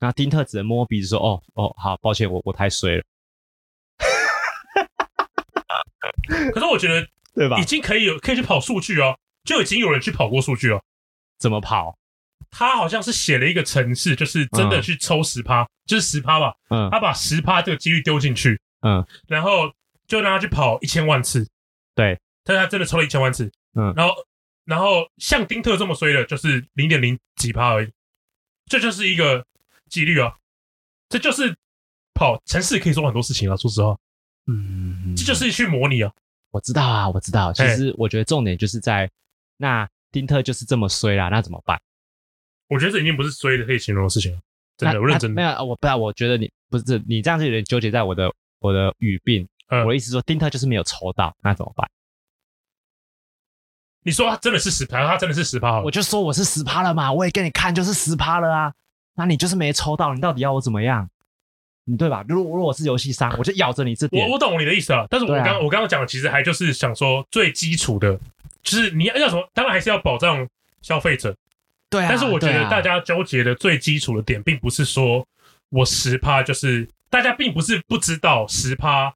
Speaker 1: 那丁特只能摸鼻子说：“哦哦，好，抱歉，我我太衰了，
Speaker 2: 可是我觉得
Speaker 1: 对吧
Speaker 2: 已？经可以有可以去跑数据哦，就已经有人去跑过数据哦。
Speaker 1: 怎么跑？
Speaker 2: 他好像是写了一个程式，就是真的去抽十趴，就是十趴吧，
Speaker 1: 嗯
Speaker 2: 他把十趴这个几率丢进去，
Speaker 1: 嗯，
Speaker 2: 然后就让他去跑一千万次，
Speaker 1: 对，
Speaker 2: 但是他真的抽了一千万次，
Speaker 1: 嗯
Speaker 2: 然后然后像丁特这么衰的，就是零点零几趴而已，这就是一个几率啊，这就是跑城市可以做很多事情啊，说实话，
Speaker 1: 嗯，
Speaker 2: 这就是去模拟啊，
Speaker 1: 我知道啊，我知道。其
Speaker 2: 嘿
Speaker 1: 实我觉得重点就是在那丁特就是这么衰啦，那怎么办？
Speaker 2: 我觉得这已经不是衰的可以形容的事情了，真
Speaker 1: 那
Speaker 2: 的，我认
Speaker 1: 那
Speaker 2: 真
Speaker 1: 没
Speaker 2: 的，
Speaker 1: 有，呃我不然我觉得你不是你这样是有点纠结在我的我的语病。
Speaker 2: 嗯
Speaker 1: 我的意思说，丁特就是没有抽到，那怎么办？
Speaker 2: 你说他真的是十趴，他真的是十趴好了
Speaker 1: 我，就说我是十趴了嘛，我也给你看就是十趴了啊。那你就是没抽到，你到底要我怎么样？你对吧？如果如果我是游戏商，我就咬着你这点
Speaker 2: 我。我懂你的意思啊，但是我
Speaker 1: 对啊
Speaker 2: 刚、我刚刚讲的其实还就是想说最基础的，就是你要要什么，当然还是要保障消费者，
Speaker 1: 对啊，
Speaker 2: 但是我觉
Speaker 1: 对
Speaker 2: 得
Speaker 1: 啊
Speaker 2: 大家纠结的最基础的点，并不是说我十趴就是大家并不是不知道十趴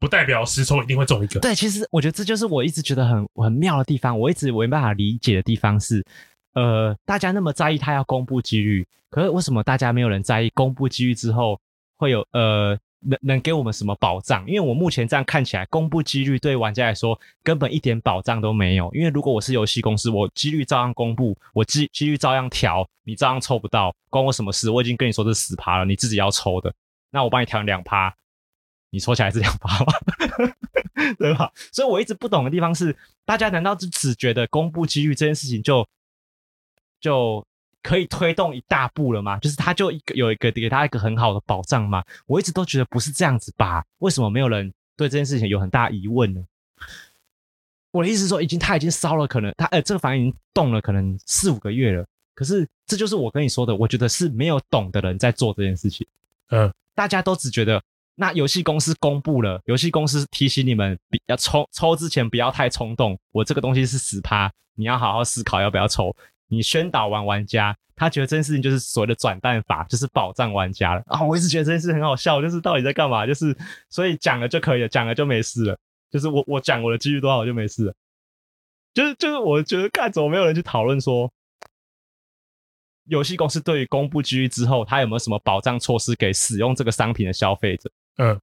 Speaker 2: 不代表十抽一定会中一个，
Speaker 1: 对，其实我觉得这就是我一直觉得很很妙的地方，我一直我没办法理解的地方是，呃，大家那么在意他要公布几率，可是为什么大家没有人在意公布几率之后会有呃能能给我们什么保障？因为我目前这样看起来，公布几率对玩家来说根本一点保障都没有。因为如果我是游戏公司，我几率照样公布，我几几率照样调，你照样抽不到，关我什么事？我已经跟你说这是死趴了，你自己要抽的，那我帮你调两趴。你抽起来是两趴吗？对吧？所以我一直不懂的地方是，大家难道就只觉得公布机遇这件事情就就可以推动一大步了吗？就是他就一个有一个给他一个很好的保障吗？我一直都觉得不是这样子吧？为什么没有人对这件事情有很大疑问呢？我的意思是说，已经他已经烧了，可能他呃这个反应已经动了，可能四五个月了。可是这就是我跟你说的，我觉得是没有懂的人在做这件事情。
Speaker 2: 嗯，
Speaker 1: 大家都只觉得那游戏公司公布了，游戏公司提醒你们比要抽抽之前不要太冲动，我这个东西是十趴，你要好好思考要不要抽。你宣导完玩家，他觉得这件事情就是所谓的转蛋法，就是保障玩家了啊！我一直觉得这件事很好笑，就是到底在干嘛？就是所以讲了就可以了，讲了就没事了。就是我我讲我的几率多少我就没事了。就是就是我觉得看怎么没有人去讨论说，游戏公司对于公布机率之后，它有没有什么保障措施给使用这个商品的消费者？
Speaker 2: 嗯，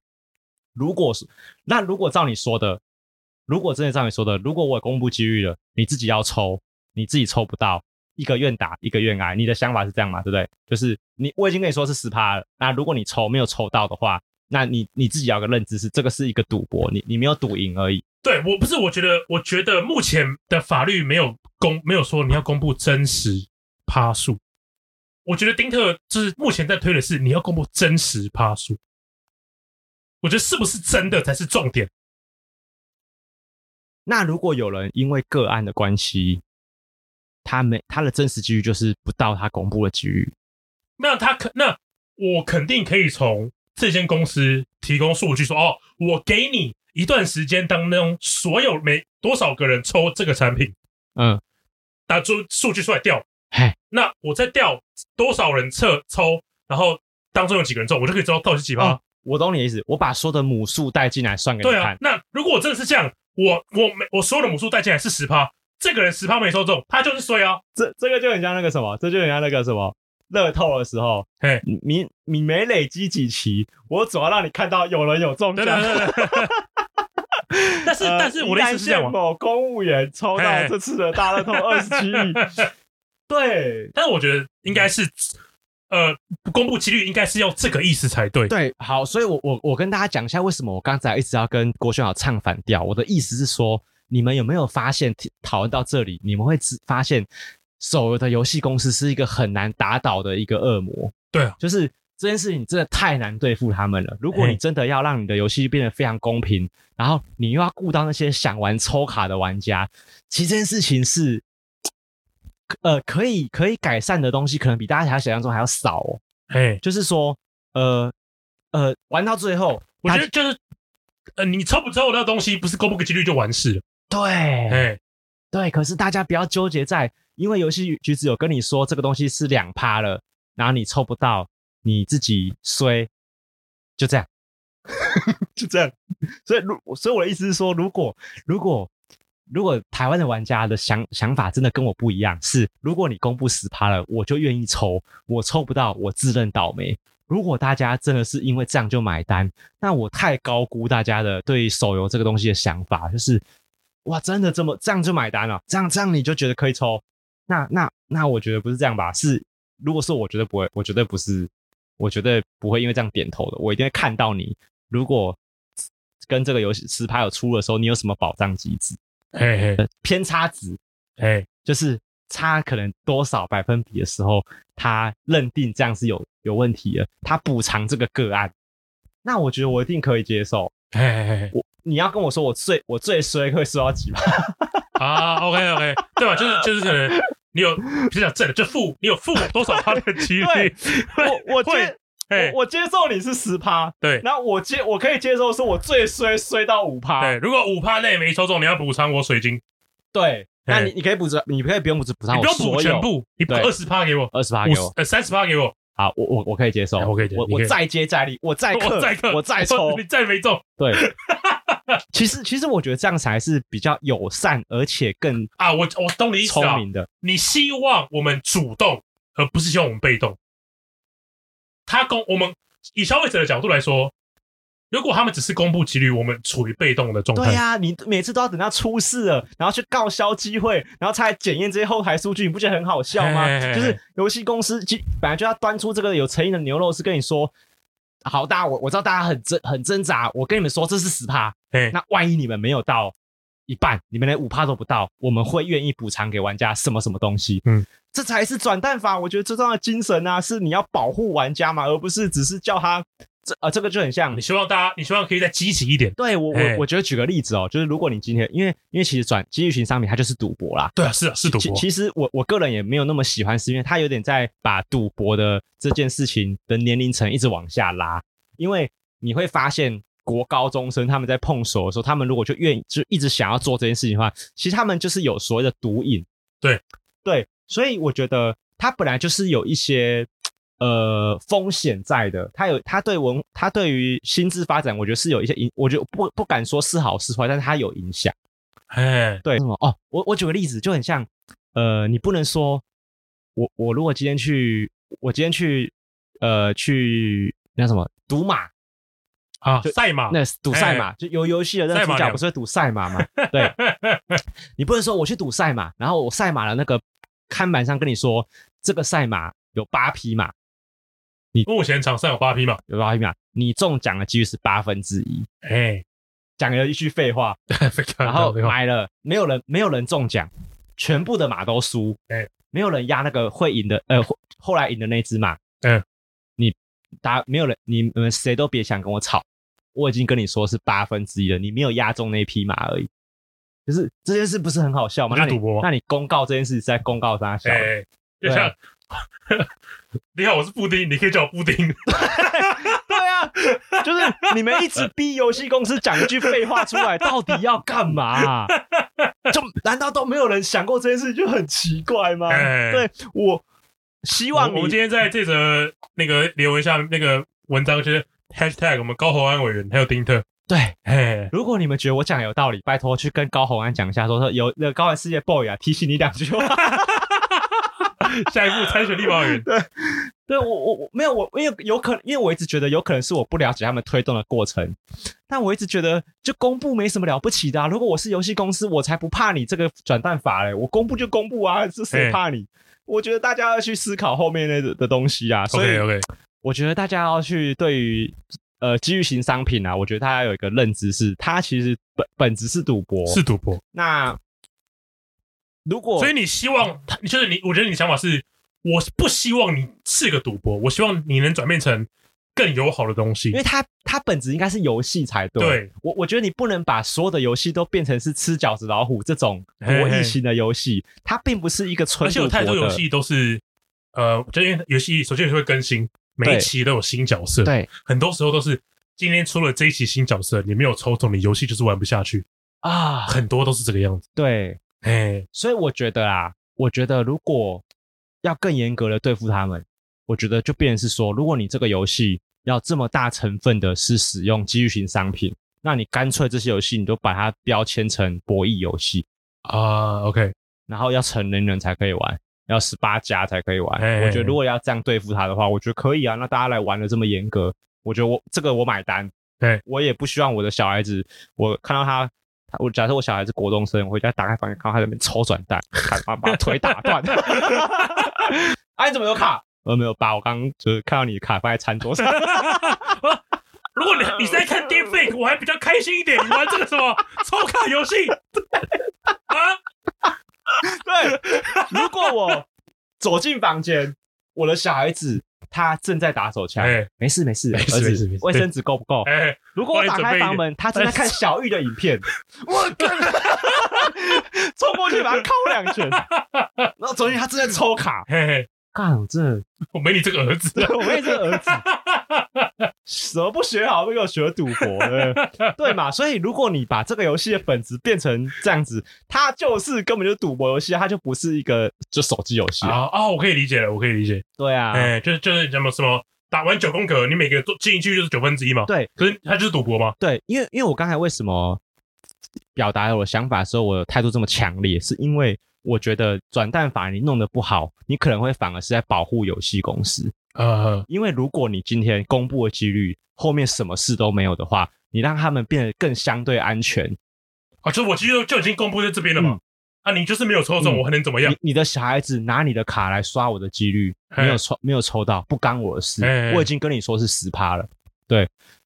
Speaker 1: 如果是那如果照你说的，如果真的照你说的，如果我有公布机率了，你自己要抽，你自己抽不到，一个愿打一个愿挨，你的想法是这样嘛？对不对？就是你我已经跟你说是十趴了，那如果你抽没有抽到的话，那你你自己要有个认知是这个是一个赌博，你你没有赌赢而已。
Speaker 2: 对我不是，我觉得我觉得目前的法律没有公没有说你要公布真实趴数，我觉得丁特就是目前在推的是你要公布真实趴数，我觉得是不是真的才是重点。
Speaker 1: 那如果有人因为个案的关系，他没他的真实机率就是不到他公布的机率，
Speaker 2: 那他肯那我肯定可以从这间公司提供数据说，哦，我给你一段时间当中，所有每多少个人抽这个产品，
Speaker 1: 嗯，
Speaker 2: 打出数据出来调
Speaker 1: 嘿，
Speaker 2: 那我再调多少人测抽，然后当中有几个人中，我就可以知道到底是几趴。
Speaker 1: 哦我懂你的意思，我把所有的母数带进来算给你
Speaker 2: 对啊
Speaker 1: 看，，
Speaker 2: 那如果我真的是这样，我我每我所有的母数带进来是十趴，这个人十趴没抽中，他就是衰啊。
Speaker 1: 这这个就很像那个什么，这就很像那个什么乐透的时候，
Speaker 2: 嘿，
Speaker 1: 你你你没累积几期，我总要让你看到有人有中
Speaker 2: 对
Speaker 1: 奖。
Speaker 2: 对对对。对 但是
Speaker 1: 呃
Speaker 2: 但是我的意思是这样
Speaker 1: 宜兰县
Speaker 2: 嘛，
Speaker 1: 某公务员抽到
Speaker 2: 嘿
Speaker 1: 这次的大乐透二十七亿，对，
Speaker 2: 但我觉得应该是呃，公布几率应该是要这个意思才对。
Speaker 1: 对，好，所以我我我跟大家讲一下，为什么我刚才一直要跟郭轩豪唱反调。我的意思是说，你们有没有发现，讨论到这里，你们会知发现，手游的游戏公司是一个很难打倒的一个恶魔。
Speaker 2: 对啊，
Speaker 1: 就是这件事情真的太难对付他们了。如果
Speaker 2: 嘿
Speaker 1: 你真的要让你的游戏变得非常公平，然后你又要顾到那些想玩抽卡的玩家，其实这件事情是。呃，可以可以改善的东西，可能比大家想象中还要少哦。
Speaker 2: 哎，
Speaker 1: 就是说，呃呃，玩到最后，
Speaker 2: 我觉得就是，呃，你抽不抽得到东西，不是公布个几率就完事了。
Speaker 1: 对
Speaker 2: 哎，
Speaker 1: 对，可是大家不要纠结在，因为游戏局只有跟你说这个东西是两趴了，然后你抽不到，你自己衰，就这样， 就这样。所以，如所以我的意思是说，如果如果如果台湾的玩家的想想法真的跟我不一样，是如果你公布十趴了，我就愿意抽，我抽不到，我自认倒霉。如果大家真的是因为这样就买单，那我太高估大家的对手游这个东西的想法，就是哇，真的这么这样就买单了、这样这样你就觉得可以抽？那那那我觉得不是这样吧？是如果是我绝对不会，我绝对不是，我绝对不会因为这样点头的，我一定会看到你。如果跟这个游戏十趴有出的时候，你有什么保障机制？
Speaker 2: 哎哎
Speaker 1: 偏差值
Speaker 2: 哎，
Speaker 1: 就是差可能多少百分比的时候，他认定这样是有有问题的，他补偿这个个案，那我觉得我一定可以接受。
Speaker 2: 哎
Speaker 1: 你要跟我说我最我最衰会收到几趴？
Speaker 2: 哎，啊，OK OK，对吧？就是就是可能你有，不是讲正的，就负，你有负多少趴的几率？
Speaker 1: 对我我
Speaker 2: 会
Speaker 1: 接
Speaker 2: 哎
Speaker 1: 我，我接受你是十趴，
Speaker 2: 对
Speaker 1: 那我接我可以接受说我最衰衰到五趴，
Speaker 2: 对，如果五趴内没抽中，你要补偿我水晶，
Speaker 1: 对那
Speaker 2: 哎
Speaker 1: 你你可以补偿，你可以不用补偿，补
Speaker 2: 你
Speaker 1: 偿
Speaker 2: 不
Speaker 1: 啊我
Speaker 2: 用补
Speaker 1: 所
Speaker 2: 全
Speaker 1: 有
Speaker 2: 部，你补
Speaker 1: 对
Speaker 2: 二十趴给我，
Speaker 1: 二十趴
Speaker 2: 五
Speaker 1: 给
Speaker 2: 十
Speaker 1: 我，
Speaker 2: 呃三十趴给我，
Speaker 1: 好，我我我可以接受，
Speaker 2: 哎我可以接
Speaker 1: 我
Speaker 2: 你可以
Speaker 1: 再接再厉，我再克，
Speaker 2: 我再克，
Speaker 1: 我再抽，
Speaker 2: 你再没中
Speaker 1: 对，其实其实我觉得这样才是比较友善，而且更
Speaker 2: 啊！我我懂你意思
Speaker 1: 聪
Speaker 2: 啊，
Speaker 1: 明的。
Speaker 2: 你希望我们主动，而不是希望我们被动。他公我们以消费者的角度来说，如果他们只是公布几率，我们处于被动的状态。
Speaker 1: 对啊呀、你每次都要等到出事了，然后去告销机会，然后才检验这些后台数据，你不觉得很好笑吗？
Speaker 2: 嘿嘿嘿
Speaker 1: 就是游戏公司就本来就要端出这个有诚意的牛肉，是跟你说，啊好，大家我我知道大家很挣很挣扎，我跟你们说这是十趴，
Speaker 2: 哎
Speaker 1: 那万一你们没有到一半，你们连五趴都不到，我们会愿意补偿给玩家什么什么东西。
Speaker 2: 嗯，
Speaker 1: 这才是转蛋法，我觉得最重要的精神啊，是你要保护玩家嘛，而不是只是叫他这啊、这个就很像
Speaker 2: 你。希望大家，你希望可以再积极一点。
Speaker 1: 对我
Speaker 2: 嘿
Speaker 1: 我我觉得举个例子哦，就是如果你今天因为因为其实转机遇型商品它就是赌博啦，
Speaker 2: 对啊，是啊，是赌
Speaker 1: 其
Speaker 2: 博。
Speaker 1: 其实我我个人也没有那么喜欢，是因为他有点在把赌博的这件事情的年龄层一直往下拉，因为你会发现。国高中生他们在碰手的时候，他们如果就愿意就一直想要做这件事情的话，其实他们就是有所谓的毒瘾。
Speaker 2: 对
Speaker 1: 对，所以我觉得他本来就是有一些呃风险在的，他有他对文他对于心智发展，我觉得是有一些影，我觉得不不敢说是好是坏，但是他有影响。
Speaker 2: 哎，
Speaker 1: 对，什么哦，我我举个例子，就很像，呃，你不能说我我如果今天去，我今天去，呃，去那什么赌马，
Speaker 2: 啊，
Speaker 1: 就
Speaker 2: 赛马，
Speaker 1: 那赌赛马，就游游戏的那
Speaker 2: 赛
Speaker 1: 个
Speaker 2: 马
Speaker 1: 主角
Speaker 2: 娘
Speaker 1: 不是会赌赛马吗？ 对，你不能说我去赌赛马，然后我赛马的那个看板上跟你说这个赛马有八匹马，
Speaker 2: 目前场上有八匹马。
Speaker 1: 有八匹马，你中奖的几率是八分之一，
Speaker 2: 哎，
Speaker 1: 讲了一句废话，然后买了，没有人没有人中奖，全部的马都输，
Speaker 2: 哎
Speaker 1: 没有人压那个会赢的，呃，后后来赢的那只马，
Speaker 2: 嗯，
Speaker 1: 你打没有人，你们谁都别想跟我吵，我已经跟你说是八分之一了，你没有压中那匹马而已，就是这件事不是很好笑吗？
Speaker 2: 不
Speaker 1: 那
Speaker 2: 是
Speaker 1: 你
Speaker 2: 赌博吗
Speaker 1: 那你公告这件事是在公告啥小？
Speaker 2: 哎，就
Speaker 1: 对啊
Speaker 2: 像 你好，我是布丁，你可以叫我布 丁。
Speaker 1: 对啊，就是你们一直逼游戏公司讲一句废话出来，到底要干嘛啊、就难道都没有人想过这件事，就很奇怪吗？
Speaker 2: 哎
Speaker 1: 对我希望
Speaker 2: 我我们
Speaker 1: 你
Speaker 2: 今天在这则那个留言下那个文章就是 hashtag 我们高侯安委员还有丁特，哎
Speaker 1: 对，
Speaker 2: 嘿，
Speaker 1: 如果你们觉得我讲得有道理，拜托去跟高宏安讲一下，说说有那个高玩世界 boy 啊，提醒你两句话。
Speaker 2: 下一步参选立法委 员，
Speaker 1: 对我我我没有我因为有可能，因为我一直觉得有可能是我不了解他们推动的过程，但我一直觉得就公布没什么了不起的、啊。如果我是游戏公司，我才不怕你这个转蛋法嘞，我公布就公布啊，这谁
Speaker 2: 哎
Speaker 1: 怕你？我觉得大家要去思考后面那的的东西啊，所以
Speaker 2: OK OK，
Speaker 1: 我觉得大家要去对于呃机遇型商品啊，我觉得大家有一个认知是，它其实本本质是赌博。
Speaker 2: 是赌博，
Speaker 1: 那如果
Speaker 2: 所以你希望他，就是你，我觉得你想法是，我是不希望你是个赌博，我希望你能转变成更友好的东西
Speaker 1: 因。为它它本质应该是游戏才对。
Speaker 2: 对
Speaker 1: 我我觉得你不能把所有的游戏都变成是吃饺子老虎这种博弈型的游戏，它并不是一个
Speaker 2: 而
Speaker 1: 纯
Speaker 2: 且
Speaker 1: 赌
Speaker 2: 有
Speaker 1: 博
Speaker 2: 太多游
Speaker 1: 的。
Speaker 2: 戏都是，呃，就因为游戏首先你会更新，每一
Speaker 1: 对
Speaker 2: 期都有新角色，
Speaker 1: 对
Speaker 2: 很多时候都是今天出了这一期新角色，你没有抽中，你游戏就是玩不下去，
Speaker 1: 啊，
Speaker 2: 很多都是这个样子。
Speaker 1: 对，
Speaker 2: 哎，
Speaker 1: 所以我觉得啊，我觉得如果要更严格的对付他们，我觉得就变成是说，如果你这个游戏要这么大成分的是使用机遇型商品，那你干脆这些游戏你都把它标签成博弈游戏，
Speaker 2: 啊，OK，
Speaker 1: 然后要成年人才可以玩，要十八加才可以玩。
Speaker 2: 嘿嘿嘿
Speaker 1: 我觉得如果要这样对付他的话，我觉得可以啊。那大家来玩的这么严格，我觉得我这个我买单。
Speaker 2: 嘿
Speaker 1: 我也不希望我的小孩子，我看到他，他我假设我小孩子国中生，我回家打开房间看到他在那边抽转蛋，看把把腿打断。 哎、你怎么有卡？呃，没有把我刚就是看到你的卡放在餐 桌上。
Speaker 2: 如果你你在看 d e f a k 我还比较开心一点。你玩这个什 么抽卡游戏啊？
Speaker 1: 对，如果我走进房间，我的小孩子他正在打手枪，
Speaker 2: 哎
Speaker 1: 没事没事，
Speaker 2: 没
Speaker 1: 儿
Speaker 2: 事没事没
Speaker 1: 子
Speaker 2: 事
Speaker 1: 卫生纸够不够？
Speaker 2: 哎，
Speaker 1: 如果我打开房门，他正在看小玉的影片， 我靠！ 冲过去把他敲两拳，然后走进去他正在抽卡，
Speaker 2: 嘿嘿，
Speaker 1: 干！我真的，
Speaker 2: 哎我没你这个儿子
Speaker 1: 真的我也是儿子，什么不学好，都给我学赌博的，对嘛？所以如果你把这个游戏的本质变成这样子，它就是根本就是赌博游戏，它就不是一个就手机游戏。
Speaker 2: 啊啊！我可以理解了，我可以理解。
Speaker 1: 对啊，
Speaker 2: 哎，就是就是什么什么打完九宫格，你每个都进一句就是九分之一嘛。
Speaker 1: 对，
Speaker 2: 可是他就是赌博嘛。
Speaker 1: 对，因为因为我刚才为什么表达我的想法的时候，我的态度这么强烈，是因为我觉得转蛋法你弄得不好，你可能会反而是在保护游戏公司，
Speaker 2: 呃，
Speaker 1: 因为如果你今天公布的几率后面什么事都没有的话，你让他们变得更相对安全，
Speaker 2: 啊，就是我其实就就已经公布在这边了嘛
Speaker 1: 嗯。
Speaker 2: 啊，你就是没有抽中，
Speaker 1: 嗯
Speaker 2: 我还能怎么样
Speaker 1: 你？你的小孩子拿你的卡来刷我的几率，
Speaker 2: 嘿
Speaker 1: 没有抽没有抽到，不干我的事
Speaker 2: 嘿嘿。嘿
Speaker 1: 我已经跟你说是十趴了，对，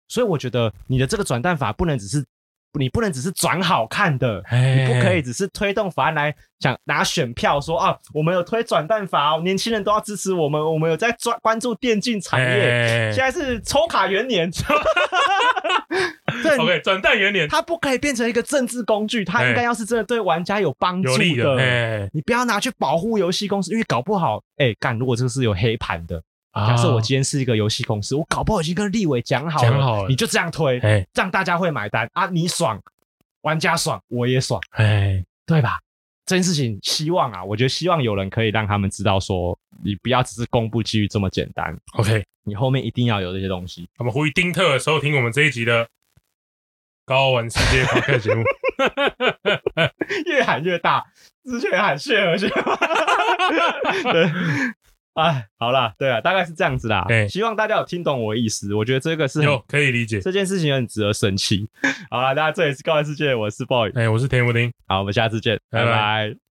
Speaker 1: 所以我觉得你的这个转蛋法不能只是你不能只是转好看的，
Speaker 2: 你
Speaker 1: 你不
Speaker 2: 哎
Speaker 1: 可以只是推动法案来想拿选票说啊，我们有推转蛋法哦，年轻人都要支持我们，我们有在专关注电竞产业。现在是抽卡元年，对，
Speaker 2: 哎 OK，转蛋元年
Speaker 1: 它不可以变成一个政治工具，它
Speaker 2: 哎
Speaker 1: 应该要是真的对玩家有帮助
Speaker 2: 有利的，
Speaker 1: 的。
Speaker 2: 哎，
Speaker 1: 你不要拿去保护游戏公司，因为搞不好，哎，干，如果这个是有黑盘的，哎
Speaker 2: 啊
Speaker 1: 假设我今天是一个游戏公司，我搞不好已经跟立委讲好
Speaker 2: 讲好了
Speaker 1: 你就这样推，
Speaker 2: 哎
Speaker 1: 这样大家会买单啊，你爽，玩家爽，我也爽。
Speaker 2: 哎，
Speaker 1: 对吧？这件事情，希望啊，我觉得希望有人可以让他们知道说，你不要只是公布机遇这么简单，
Speaker 2: OK，
Speaker 1: 你后面一定要有这些东西。
Speaker 2: 我们呼吁丁特的时候听我们这一集的高玩世 界跑客节目，
Speaker 1: 越喊越大，之前喊血和血， 对，哎，好啦，对啊，大概是这样子啦。
Speaker 2: 对
Speaker 1: 希望大家有听懂我的意思，我觉得这个是很
Speaker 2: 有可以理解。
Speaker 1: 这件事情很值得 生气。好啦，大家这里是高玩世界，我是 boy，
Speaker 2: 哎，我是田福丁。
Speaker 1: 好，我们下次见，
Speaker 2: 拜拜
Speaker 1: 拜拜